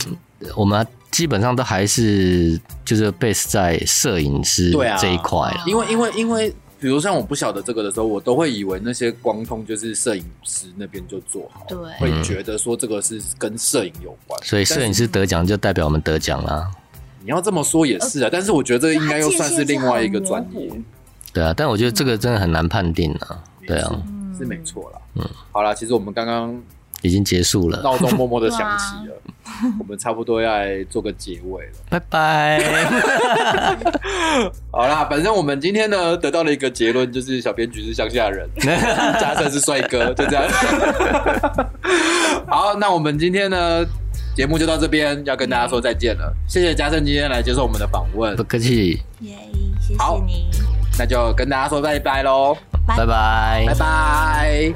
[SPEAKER 2] 我们基本上都还是就是 base 在摄影师
[SPEAKER 1] 对啊
[SPEAKER 2] 这一块了。
[SPEAKER 1] 因为因为因为，比如像我不晓得这个的时候，我都会以为那些光通就是摄影师那边就做好，
[SPEAKER 3] 对
[SPEAKER 1] 会觉得说这个是跟摄影有关。
[SPEAKER 2] 嗯所以摄影师得奖就代表我们得奖啦，
[SPEAKER 1] 你要这么说也是啊，但是我觉得这个应该又算是另外一个专业，
[SPEAKER 2] 对啊。但我觉得这个真的很难判定啊，对啊，
[SPEAKER 1] 是没错啦。嗯，好啦，其实我们刚刚
[SPEAKER 2] 已经结束了，
[SPEAKER 1] 闹钟默默的响起 [LAUGHS] 了，我们差不多要来做个结尾了。
[SPEAKER 2] 拜 [LAUGHS] 拜。
[SPEAKER 1] 好啦，反正我们今天呢得到了一个结论，就是小编局是乡下人，嘉诚是帅哥，就这样。 [LAUGHS] 好，那我们今天呢节目就到这边，要跟大家说再见了。谢谢嘉诚今天来接受我们的访问
[SPEAKER 2] 不，客气，
[SPEAKER 3] 嗯耶，谢
[SPEAKER 1] 好
[SPEAKER 3] 谢你，
[SPEAKER 1] 那就跟大家说拜拜喽，
[SPEAKER 2] 拜拜
[SPEAKER 1] 拜。拜。